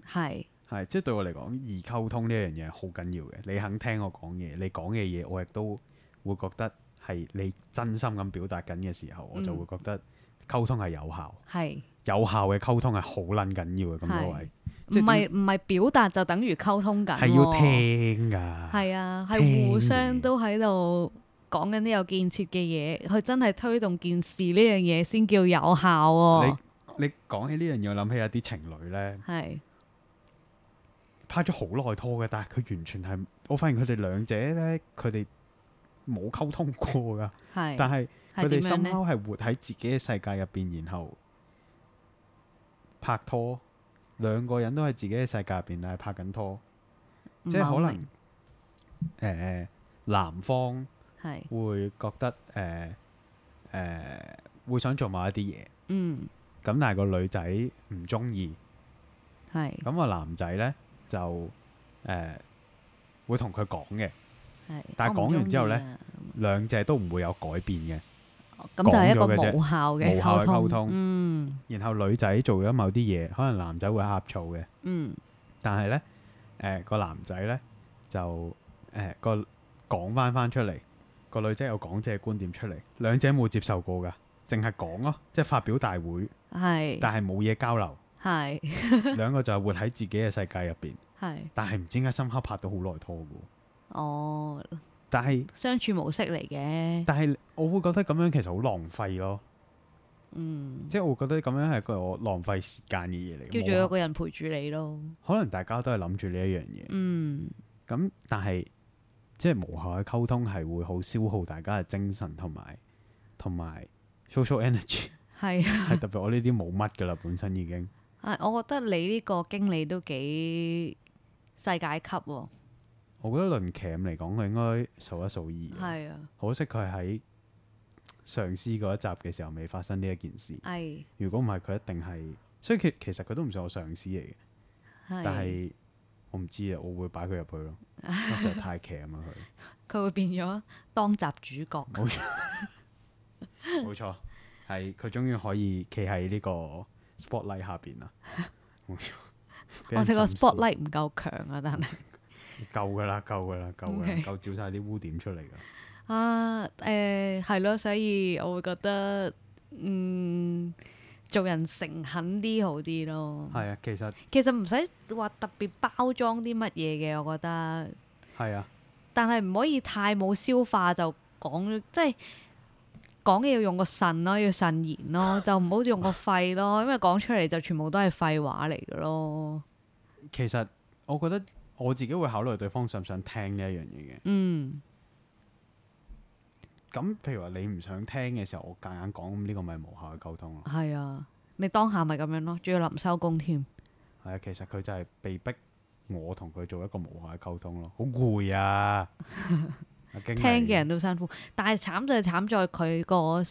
S1: 係
S2: 係，即係對我嚟講，易溝通呢樣嘢好緊要嘅。你肯聽我講嘢，你講嘅嘢我亦都會覺得係你真心咁表達緊嘅時候，我就
S1: 嗯
S2: 會覺得溝通係有效，
S1: 係，
S2: 有效嘅溝通係好撚緊要嘅。咁多位
S1: 唔
S2: 即係
S1: 係唔係表達就等於溝通緊，
S2: 係要，聽㗎，
S1: 係啊，係
S2: 聽
S1: 互
S2: 嘢
S1: 相都喺度講緊啲有建設嘅嘢，佢真係推動件事呢樣嘢先叫有效喎，
S2: 你你講起呢樣嘢，我諗起有啲情侶呢，
S1: 係
S2: 拍咗好耐拖嘅，但係佢完全係，我發現佢哋兩者呢，佢哋冇溝通過㗎，但
S1: 係
S2: 係。佢
S1: 係
S2: 哋
S1: 點樣
S2: 深
S1: 呢？
S2: 刻係活喺自己嘅世界入邊，然後拍拖，兩個人都喺自己嘅世界入邊，但係拍緊拖，
S1: 唔
S2: 即
S1: 係
S2: 係
S1: 好
S2: 可能
S1: 明
S2: 誒、呃男方
S1: 係
S2: 會覺得誒誒、呃呃會想做某一啲嘢，咁
S1: 嗯
S2: 但係個女仔唔中意，
S1: 係
S2: 咁個男仔呢，就誒、呃、會同佢講嘅，
S1: 係，
S2: 但係
S1: 我唔
S2: 講完
S1: 鍾
S2: 之後
S1: 意
S2: 呢
S1: 啊
S2: 兩者都唔會有改變嘅。
S1: 咁就係一個
S2: 講咗嘅啫
S1: 無效嘅
S2: 無效嘅
S1: 溝
S2: 溝
S1: 通，
S2: 通
S1: 嗯
S2: 然後女仔做咗某啲嘢，可能男仔會呷醋嘅。
S1: 嗯
S2: 但係咧，誒、個男仔咧就誒、個講翻翻出嚟，個女仔有講自己嘅觀點出嚟，兩者冇接受過噶，淨係講咯，即係發表大會，
S1: 係
S2: 但係冇嘢交流，
S1: 係
S2: 兩個就係活喺自己嘅世界入邊，
S1: 係
S2: 但係唔知點解深刻拍到好耐拖嘅喎，
S1: 哦，
S2: 但係
S1: 相處模式嚟嘅，
S2: 但係我會覺得咁樣其實好浪費咯，
S1: 嗯，
S2: 即係啊我覺得咁樣係個浪費時間嘅嘢嚟，
S1: 叫做
S2: 冇
S1: 有
S2: 可
S1: 個人陪住你咯，
S2: 可能大家都係諗住呢一樣嘢。
S1: 嗯
S2: 咁但係即係無效嘅溝通係會好消耗大家嘅精神同埋同埋 social energy，
S1: 係啊，
S2: 係特 別我呢啲冇乜㗎啦，本身已經
S1: 係我覺得你呢個經理都幾世界級喎，
S2: 我覺得論 cam 嚟講，佢應該數一數二嘅。
S1: 係啊，
S2: 可惜佢喺上司嗰一集嘅時候未發生呢一件事。
S1: 係
S2: 如果唔係，佢一定係，所以其其實佢都唔算我上司嚟嘅，但
S1: 係
S2: 係我唔知啊，我會擺佢入去咯，因為實在太 cam 啊
S1: 佢會變咗當集主角，
S2: 佢，冇錯冇錯，係佢終於可以企喺呢個 spotlight 下邊 啦，冇錯。
S1: 我
S2: 俾人
S1: 哋個
S2: 審視
S1: spotlight 唔夠強啊，但係。
S2: 夠㗎啦，夠㗎啦，夠㗎啦，
S1: OK
S2: 夠照晒啲污點出嚟㗎啦。
S1: 啊，誒係咯，所以我會覺得，嗯，做人誠懇啲好啲咯。
S2: 係啊，其實
S1: 其實唔使話特別包裝啲乜嘢嘅，我覺得，
S2: 係啊，
S1: 但係唔可以太冇消化就講咗，即係講嘢要用個腎咯，要腎言 咯，就唔好用個肺咯，因為講出嚟就全部都係廢話嚟嘅咯。
S2: 其實我覺得我自己會考慮對方想唔想聽呢一樣嘢嘅。
S1: 嗯，
S2: 咁譬如話你唔想聽嘅時候，我夾硬講，咁呢個咪無效嘅溝通咯。
S1: 係啊，你當下咪咁樣咯，仲要臨收工添。
S2: 係啊，其實佢就係被逼我同佢做一個無效嘅溝通咯，好 攰啊！阿經理
S1: 聽嘅人都辛苦，但係慘就係慘在佢個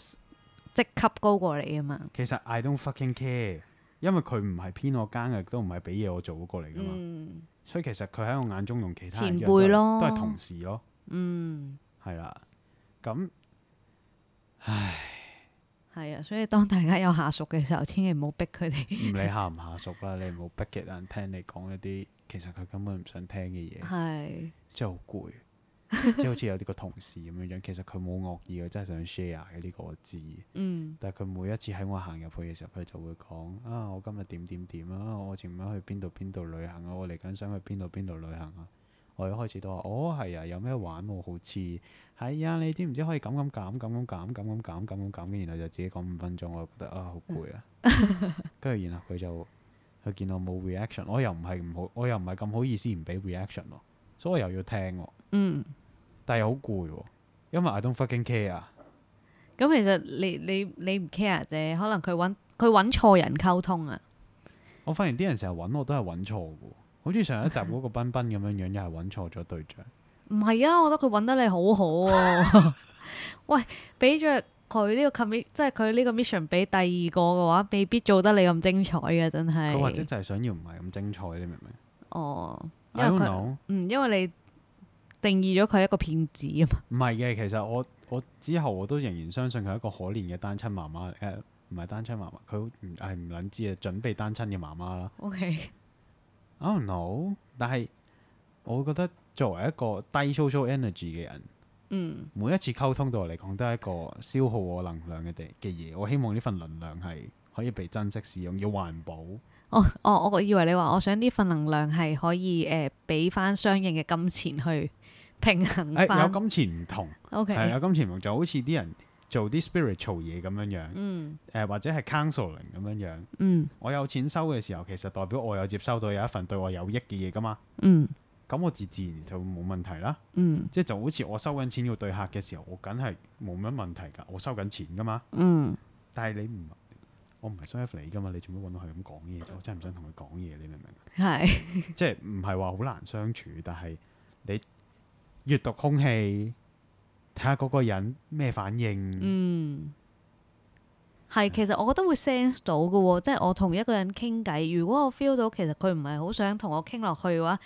S1: 職級高過你啊嘛。
S2: 其實 I don't fucking care，因為佢唔係編我更嘅，亦都唔係俾嘢我做嗰個嚟噶嘛，
S1: 嗯
S2: 所以其實佢喺我眼中同其他人一樣
S1: 前輩咯
S2: 都係都係同事咯，
S1: 嗯，
S2: 係啦。咁
S1: 係啊，所以當大家有下屬嘅時候，千祈唔好逼佢哋。
S2: 唔理下唔下屬啦，你唔好逼其他人聽你講一啲其實佢根本唔想聽嘅
S1: 啊
S2: 嘢，
S1: 係
S2: 真係好攰， 即係好似有啲個同事咁樣樣，其實佢冇惡意嘅，真係想 share 嘅呢個我知。
S1: 嗯
S2: 但係佢每一次喺我行入去嘅時候，佢就會講啊，我今日點點點啊，我前晚去邊度邊度旅行啊，我嚟緊想去邊度邊度旅行啊。我一開始都話，哦係啊，有咩玩喎？好似係啊，你知唔知可以咁咁減咁咁減咁咁減咁咁減嘅？然後就自己講五分鐘，我就覺得啊好攰啊。跟住然後佢就佢見我冇 reaction，我又唔係唔好，我又唔係咁好意思唔俾 reaction 喎，所以我又要聽喎，
S1: 嗯，
S2: 但係又好攰喎，因為 I don't fucking care 啊。
S1: 咁其實你你你唔 care 啫，可能佢揾佢揾錯人溝通啊。
S2: 我發現啲人成日揾我都係揾錯嘅喎，好似上一集嗰個彬彬咁樣樣，又係揾錯咗對象。
S1: 唔係啊，我覺得佢揾得你好好、喎。 喂，俾着佢呢個 commit，即係佢呢個 mission 俾第二個嘅話，未必做得你咁精彩嘅，真係。
S2: 佢或者就係想要唔係咁精彩，你明唔明
S1: 哦，因
S2: ？I
S1: 為
S2: don't
S1: 佢。
S2: know，
S1: 嗯，因為你定義咗佢係一個騙子啊 嘛。
S2: 唔係嘅，其實我我之後我都仍然相信佢係一個可憐嘅單親媽媽，誒唔係單親媽媽，佢好唔係唔撚知啊，準備單親嘅媽媽啦。
S1: O K，
S2: I don't know，但係我覺得作為一個低 social energy 嘅人，
S1: 嗯，
S2: 每一次溝通對我嚟講都係一個消耗我能量嘅地嘅嘢。我希望呢份能量係可以被珍惜使用，要環保。
S1: 我哦我我以為你話我想呢份能量係可以誒俾翻相應嘅金錢去平衡
S2: 誒、
S1: 翻。
S2: 有金錢唔同，
S1: O
S2: 係啊
S1: K，
S2: 有金錢唔同，就好似啲人做啲 spiritual 嘢咁樣樣，誒、
S1: 嗯
S2: 或者係 counseling 咁樣樣。
S1: 嗯
S2: 我有錢收嘅時候，其實代表我有接收到有一份對我有益嘅嘢噶嘛。
S1: 嗯
S2: 咁我自自然就冇問題啦。
S1: 嗯
S2: 即係就好似我收緊錢要對客嘅時候，我梗係冇乜問題㗎。我收緊錢噶嘛。
S1: 嗯，
S2: 但係你唔，我唔係想 F 你㗎嘛。你做咩揾到佢咁講嘢啫？我真係唔想同佢講嘢，你明唔明？
S1: 係
S2: 即係唔係話好難相處，但係你閱讀空氣，睇下嗰個人咩反應。
S1: 嗯。係，其實我覺得會 sense 到嘅喎，即係我同一個人傾偈，如果我 feel 到其實佢唔係好想同我傾落去嘅話，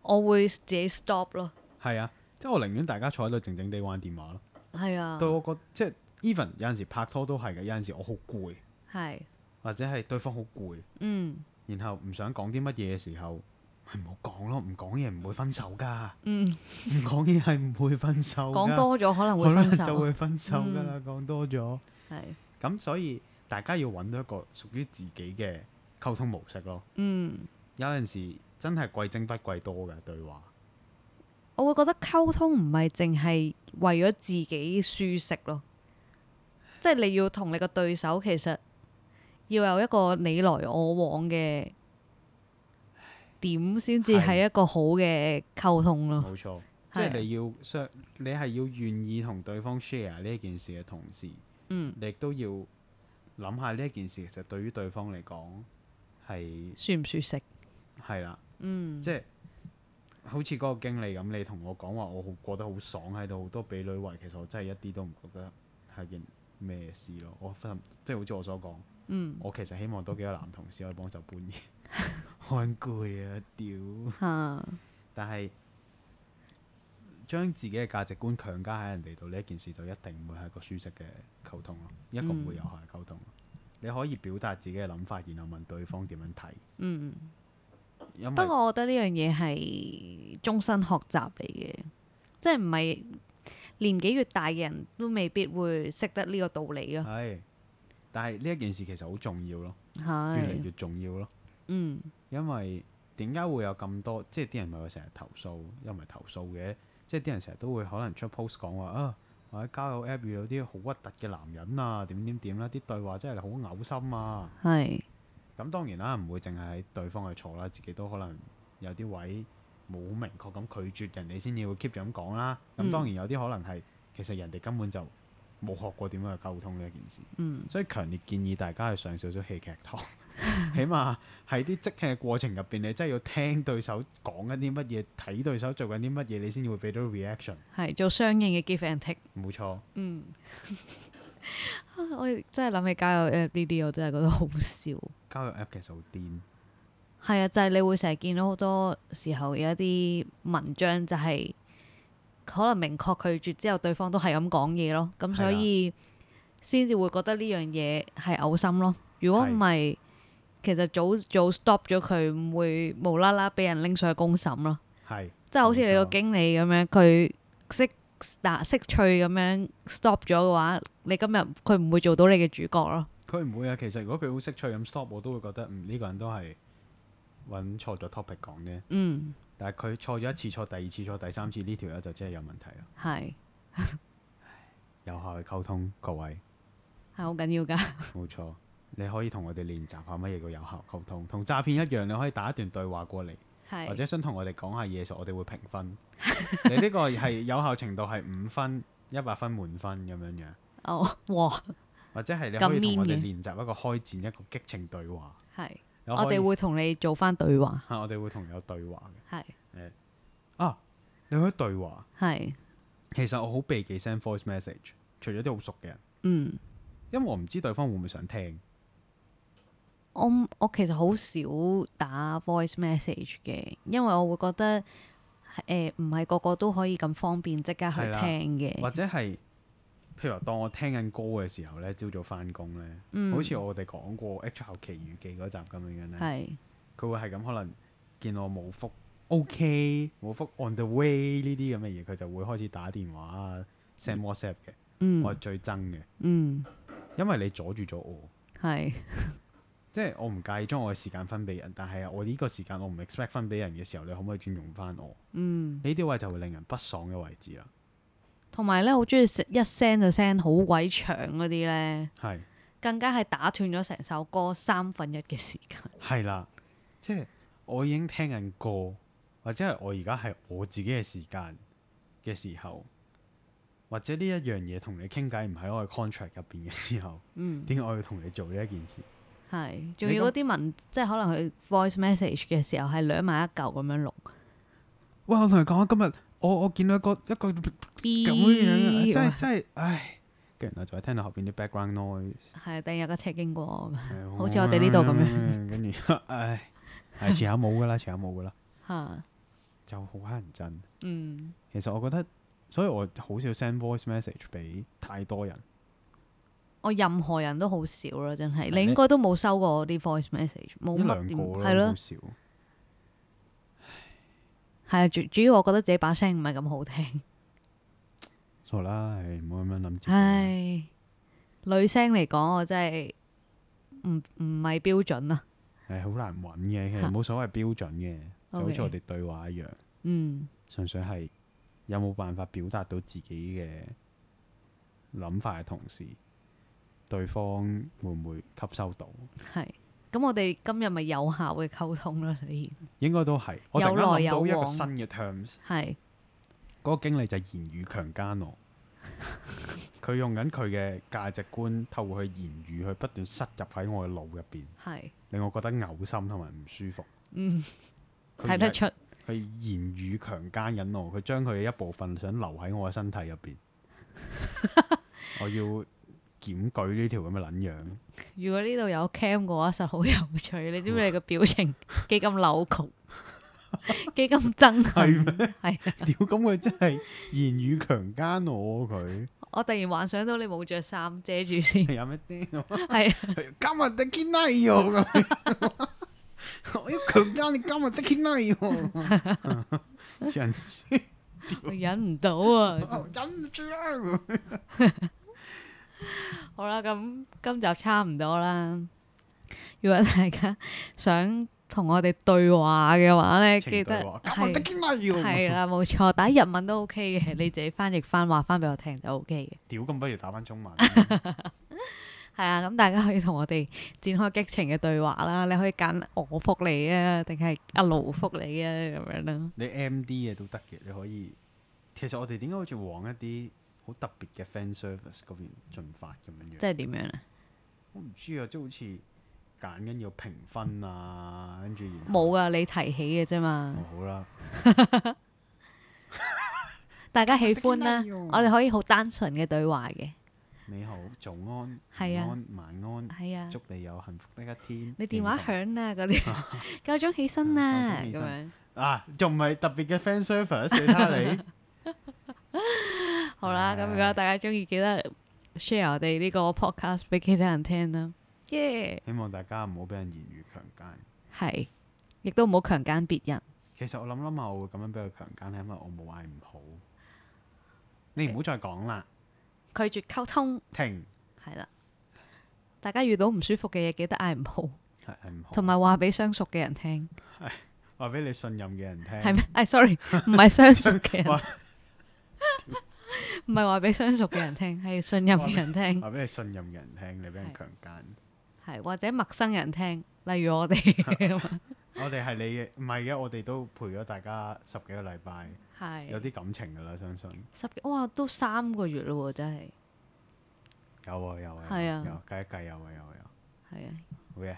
S1: 我會自己 stop 咯。
S2: 係啊，即係我寧願大家坐喺度靜靜地玩電話咯。
S1: 係啊，
S2: 對我覺即係 even 有陣時拍拖都係嘅，有陣時我好攰，
S1: 係，
S2: 或者係對方好攰，
S1: 嗯
S2: 然後唔想講啲乜嘢嘅時候，咪唔好講咯，唔講嘢唔會分手 㗎，
S1: 嗯，
S2: 唔講嘢係唔會分手㗎。
S1: 講多咗可能會
S2: 好啦
S1: 分嗯
S2: 就
S1: 手，
S2: 會分手㗎啦，講多咗。
S1: 係，
S2: 咁所以大家要揾到一個屬於自己嘅溝通模式咯。
S1: 嗯。
S2: 有陣時真係貴精不貴多嘅對話，
S1: 我會覺得溝通唔係淨係為咗自己舒適咯，即係你要同你個對手其實要有一個你來我往嘅點先至係一個好嘅溝通咯。
S2: 冇錯。即
S1: 哦係啊
S2: 係你要相，你係要願意同對方 share 呢一件事嘅同時，
S1: 嗯，
S2: 你亦都要諗下呢一件事其實對於對方嚟講係
S1: 舒唔舒適？
S2: 係啦，
S1: 嗯，
S2: 即係好似嗰個經理咁，你同我講話我好過得好爽喺度，好多俾女圍，其實我真係一啲都唔覺得係件咩事咯。我分即係好似我所講，
S1: 嗯
S2: 我其實希望多幾個男同事可以幫手搬嘢， 好撚攰啊屌！
S1: 嚇
S2: 但係將自己嘅價值觀強加喺人哋度呢一件事，就一定唔會係一個舒適嘅溝通咯，一個唔
S1: 嗯
S2: 會有效嘅溝通。你可以表達自己嘅諗法，然後問對方點樣睇。
S1: 嗯。
S2: 因
S1: 不
S2: 為
S1: 過我覺得呢樣嘢係終身學習嚟嘅，即係唔係年紀越大嘅人都未必會識得呢個道理咯。
S2: 係，但係呢一件事其實好重要咯，越嚟
S1: 係，
S2: 越重要咯。
S1: 嗯
S2: 因為點解會有咁多？即係啲人咪話成日投訴，又唔係投訴嘅，即係啲人成日都會可能出 post 講話啊，或者交友 app 遇到啲好核突嘅男人啊，點點點啦，啲對話真係好嘔心啊！
S1: 係。
S2: 咁當然啦，唔會淨係喺對方去錯啦，自己都可能有啲位冇好明確咁拒絕人哋先至會 keep 住咁講啦。咁
S1: 嗯
S2: 當然有啲可能係其實人哋根本就冇學過點樣去溝通呢一件事，
S1: 嗯
S2: 所以強烈建議大家去上少少戲劇 堂，起碼喺啲即興嘅過程入邊，你真係要聽對手講緊啲乜嘢，睇對手做緊啲乜嘢，你先至會俾到 reaction。，
S1: 係做相應嘅 give and take。
S2: 冇錯，
S1: 嗯， 我真係諗起交友 app 呢啲，我真係覺得好笑。
S2: 交友 app 其實好癲，
S1: 係啊，就係、你會成日見到好多時候有一啲文章就係可能明確拒絕之後，對方都係啊咁講嘢咯，咁所以先至會覺得呢樣嘢係嘔心咯。如果唔係，其實早早 stop 咗佢，唔會無啦啦俾人拎上去公審咯。
S2: 係
S1: 即係好似你個
S2: 冇錯
S1: 經理咁樣，佢識嗱識趣咁樣 stop 咗嘅話，你今日佢唔會做到你嘅主角咯。
S2: 佢唔會啊。其實如果佢好識趣咁 stop，我都會覺得嗯呢、個人都係揾錯咗 topic 講啫。
S1: 嗯，
S2: 但係佢錯咗一次，錯第二次，錯第三次，呢條友就真係有問題啦。
S1: 嗯係
S2: 有效嘅溝通，各位
S1: 係好緊要㗎。
S2: 冇錯，你可以同我哋練習下乜嘢叫有效溝通，同詐騙一樣，你可以打一段對話過嚟，或
S1: 係
S2: 者想同我哋講下嘢嘅時候，我哋會評分。 你呢個係有效程度係五分、一百分滿分咁樣樣，
S1: 哦，哇，
S2: 或者係你可以
S1: 咁 mean
S2: 同我哋
S1: 嘅
S2: 練習一個開展一個激情對話。
S1: 係
S2: 有
S1: 我
S2: 可以
S1: 哋會同你做翻對話，
S2: 啊我哋會同有對話
S1: 係
S2: 嘅啊，你可以對話。
S1: 係
S2: 其實我好避忌 send voice message，除咗啲好熟嘅人。
S1: 嗯，
S2: 因為我唔知對方會唔會想聽。
S1: 我我其實好少打 voice message 嘅，因為我會覺得誒唔係個個都可以咁方便即刻去
S2: 係啦
S1: 聽嘅，
S2: 或者係譬如話當我聽緊歌嘅時候咧，朝早翻工咧，
S1: 嗯，
S2: 好似我哋講過《H 後奇遇記》嗰集咁樣樣咧，
S1: 係
S2: 佢會係咁可能見我冇覆 OK 冇覆 on the way 呢啲咁嘅嘢，佢就會開始打電話啊 send WhatsApp 嘅，我
S1: 嗯
S2: 係最憎嘅，
S1: 嗯
S2: 因為你阻住咗我。
S1: 係
S2: 即係我唔介意將我嘅時間分俾人，但係我呢個時間我唔 expect 分俾人嘅時候，你可唔可以轉用翻我？
S1: 嗯，
S2: 呢啲位就會令人不爽嘅位置啦。
S1: 同埋咧好中意食一 send 就 send 好鬼長嗰啲咧，
S2: 係
S1: 更加係打斷咗成首歌三分一嘅時間。
S2: 係啦，即係我已經聽緊歌，或者係我而家係我自己嘅時間嘅時候，或者呢一樣嘢同你傾偈唔喺我嘅 contract 入邊嘅時候，
S1: 嗯，
S2: 點解我要同你做呢一件事？
S1: 係，仲
S2: 你
S1: 要
S2: 咁
S1: 嗰啲文，即係可能佢 voice message 嘅時候係兩埋一嚿咁樣錄
S2: 哇！我同你講啊，今日我我見到一個一個咁
S1: B
S2: 樣樣，
S1: 係
S2: 啊真係真係，唉！跟住然後就係聽到後邊啲 background noise。
S1: 係，突然有架車經過咁樣
S2: 好
S1: 好似我哋呢度咁樣
S2: 樣，跟住 唉，係遲下冇噶啦，遲下冇噶啦，
S1: 嚇，
S2: 就好乞人憎。
S1: 嗯
S2: 其實我覺得，所以我好少 send voice message 俾太多人。
S1: 我任何人都好少啦，真係。
S2: 係
S1: 你
S2: 你
S1: 應該都冇收過我啲 voice message，冇
S2: 一兩
S1: 乜
S2: 個
S1: 點
S2: 咯，
S1: 係咯
S2: 好，少。
S1: 係啊。主主要我覺得自己把聲唔係咁好聽，
S2: 傻啦，唉唔好咁樣諗自己。
S1: 唉，女聲嚟講我真係唔唔係標準啊。
S2: 唉，好難揾嘅，其實冇所謂標準嘅，就好
S1: OK
S2: 似我哋對話一樣，
S1: 嗯
S2: 純粹係有冇辦法表達到自己嘅諗法嘅同時，對方會唔會吸收到？
S1: 嗯係。咁我哋今日咪有效嘅溝通啦，所以
S2: 應該都係。我突然間
S1: 有來
S2: 諗
S1: 有
S2: 到一個
S1: 往
S2: 新嘅 terms。
S1: 係
S2: 嗰個經理就係言語強 姦我，佢用緊佢嘅價值觀，透過佢言語去不斷塞入喺我嘅腦入邊，
S1: 係
S2: 令我覺得嘔心同埋唔舒服。
S1: 嗯
S2: 佢
S1: 睇得出
S2: 而係佢言語強姦緊我，佢將佢嘅一部分想留喺我嘅身體 入邊，我要檢舉呢條咁嘅撚樣。
S1: 如果呢度有 cam 嘅話，實好有趣。你知唔知你個表情幾咁扭 曲，幾咁憎恨？
S2: 係咩？
S1: 係
S2: 屌，咁佢真係言語強姦我佢，
S1: 我突然幻想到你冇着衫遮住先，
S2: 有咩啲？
S1: 係啊
S2: 今日的見啦 喎咁樣，我要強姦你今日的見啦 喎，黐 人線，
S1: 我忍唔到啊！
S2: 我忍唔住啦咁樣。
S1: 好啦，咁今集差唔多啦。如果大家想同我哋對話嘅話咧，記
S2: 情
S1: 得
S2: 對話今日的
S1: 係
S2: 見啦
S1: 係
S2: 喎，
S1: 啦，冇錯，打日文都 OK 嘅，你自己翻譯翻話翻俾我聽就 OK 嘅。
S2: 屌咁不如打翻中文，
S1: 係啊，咁大家可以同我哋展開激情嘅對話啦。你可以揀我覆你啊，定係阿盧覆你啊，咁樣啦。
S2: 你 M D 嘅都得嘅，你可以。其實我哋點解好似往一啲好特別嘅 fan service 嗰邊進發咁樣
S1: 即
S2: 樣？
S1: 係點樣啊？
S2: 我唔知啊，即係好似揀緊要評分啊，跟住然後
S1: 冇噶，你提起嘅啫嘛。
S2: 哦好啦，
S1: 大家喜歡
S2: 啊
S1: 啦，
S2: 得啦
S1: 我哋可以好單純嘅對話嘅。
S2: 你好，早安，
S1: 係啊
S2: 午安，晚安。
S1: 係啊，
S2: 祝你有幸福的一天。
S1: 你電話
S2: 認同
S1: 響啦，嗰 啲夠鐘起身啦，
S2: 啊夠鐘起
S1: 咁
S2: 身
S1: 樣。
S2: 啊，仲唔係特別嘅 fan service？你睇下你
S1: 好啦，咁如果
S2: 唉
S1: 大家中意，記得 share 我哋呢個 podcast 俾其他人聽啦。耶，
S2: 希望大家唔好俾人言語強姦。
S1: 係，亦都唔好強姦別人。
S2: 其實我諗諗下，我會咁樣俾佢強姦，係因為我冇嗌唔好。你唔好再講啦，
S1: 拒絕溝通
S2: 停，
S1: 係啦。大家遇到唔舒服嘅嘢，記得嗌唔好，
S2: 係係唔好。
S1: 同埋話俾相熟嘅人聽，
S2: 話俾你信任嘅人聽。
S1: 係咩？ 哎，sorry，唔係相熟嘅人
S2: 哇，
S1: 唔係話俾相熟嘅人聽，係信任嘅人 聽，
S2: 話俾你信任嘅人聽，你俾人強姦。
S1: 係或者陌生人聽，例如我哋 咁啊
S2: 我哋係你嘅，唔係嘅，我哋都陪咗大家十幾個禮拜， 有
S1: 係
S2: 啲感情㗎啦，相信。
S1: 十幾哇，都三個月咯喎，真係
S2: 有啊有啊，有
S1: 係啊
S2: 有計一計有啊有啊有啊。
S1: 係啊。
S2: 好嘅，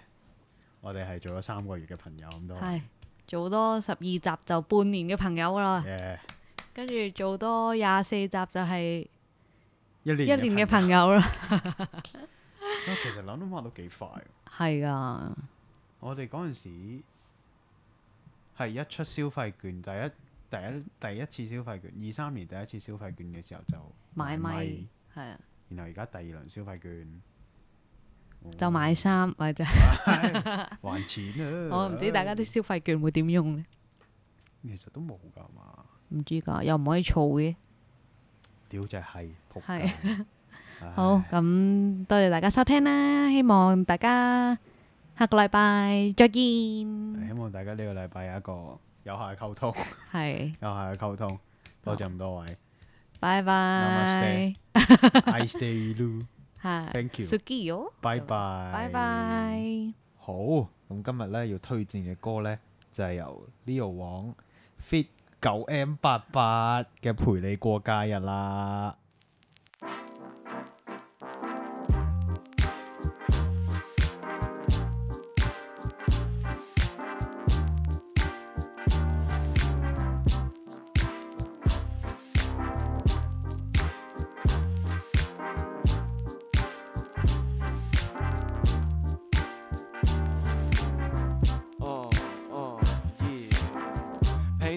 S2: 我哋係做咗三個月嘅朋友咁多。啊
S1: 係做多十二集就半年嘅朋友啦，
S2: Yeah，
S1: 跟住做多廿四集就係
S2: 一年
S1: 一年嘅
S2: 朋
S1: 朋
S2: 友
S1: 友啦，
S2: 啊其實諗諗下都幾快喎。
S1: 係噶，
S2: 我哋嗰陣時係一出消費券，第一第一第一次消費券，二三年第一次消費券嘅時候就
S1: 買咪
S2: 米，
S1: 係啊，
S2: 然後而家第二輪消費券
S1: 就買衫或者
S2: 唉還錢啊！
S1: 我唔知大家啲消費券會點用咧，
S2: 唉其實都冇㗎嘛，
S1: 唔知㗎，又唔可以儲嘅。
S2: 屌就係仆
S1: 係
S2: 街。唉
S1: 好，咁多謝大家收聽啦，希望大家下個禮拜再
S2: 希
S1: 見。
S2: 望大家呢個禮拜有一個有效嘅 溝通，
S1: 係，
S2: 有效嘅溝通，多謝咁多位
S1: 拜拜
S2: Namaste。，I stay you，
S1: 係
S2: Thank you
S1: Suki 哦，
S2: 拜拜，
S1: 拜拜。
S2: 好，
S3: 咁今日咧要推薦嘅歌咧就係由 Leo 王 Fit 九 M 八八嘅陪你過假日啦。
S4: 哦哦耶！陪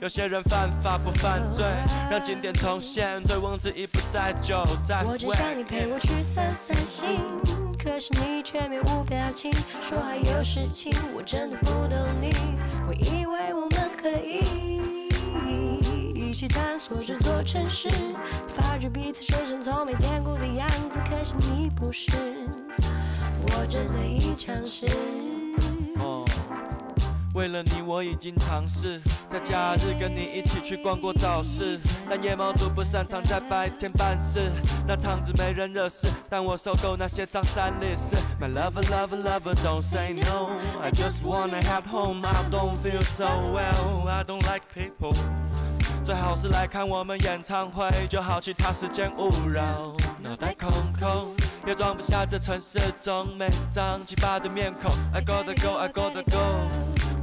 S4: 有些人犯法不犯罪，让经典重现，醉翁之意不在酒，在
S5: 我只想你陪我去散散心，可是你却面无表情，说还有事情，我真的不懂你。我以为我们可以一起探索这座城市，发觉彼此身上从没见过的样子，可惜你不是，我真的已尝试。
S4: 哦，为了你，我已经尝试在假日跟你一起去逛过早市，但夜猫族不擅长在白天办事，那场子没人惹事，但我受够那些张三李四。My lover, lover, lover, don't say no. I just wanna have home. I don't feel so well. I don't like people. 最好是来看我们演唱会，就好其他时间勿扰。脑袋空空，也装不下这城市中每张奇葩的面孔。I gotta go, I gotta go。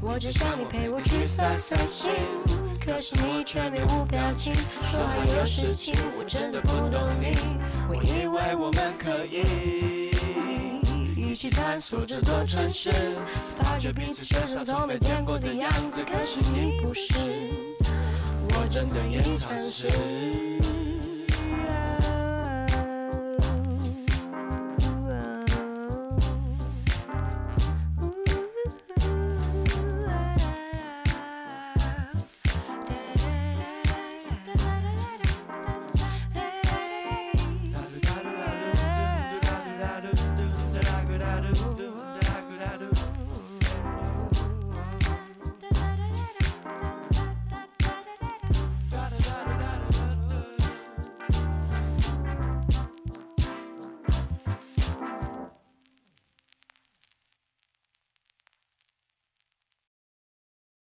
S5: 我只想你陪我去散散心，可是你却面无表情，说还有事情，我真的不懂你。我以为我们可以。一起探索这座城市，发觉彼此身上从没见过的样子。可惜你不是，我真的也尝试。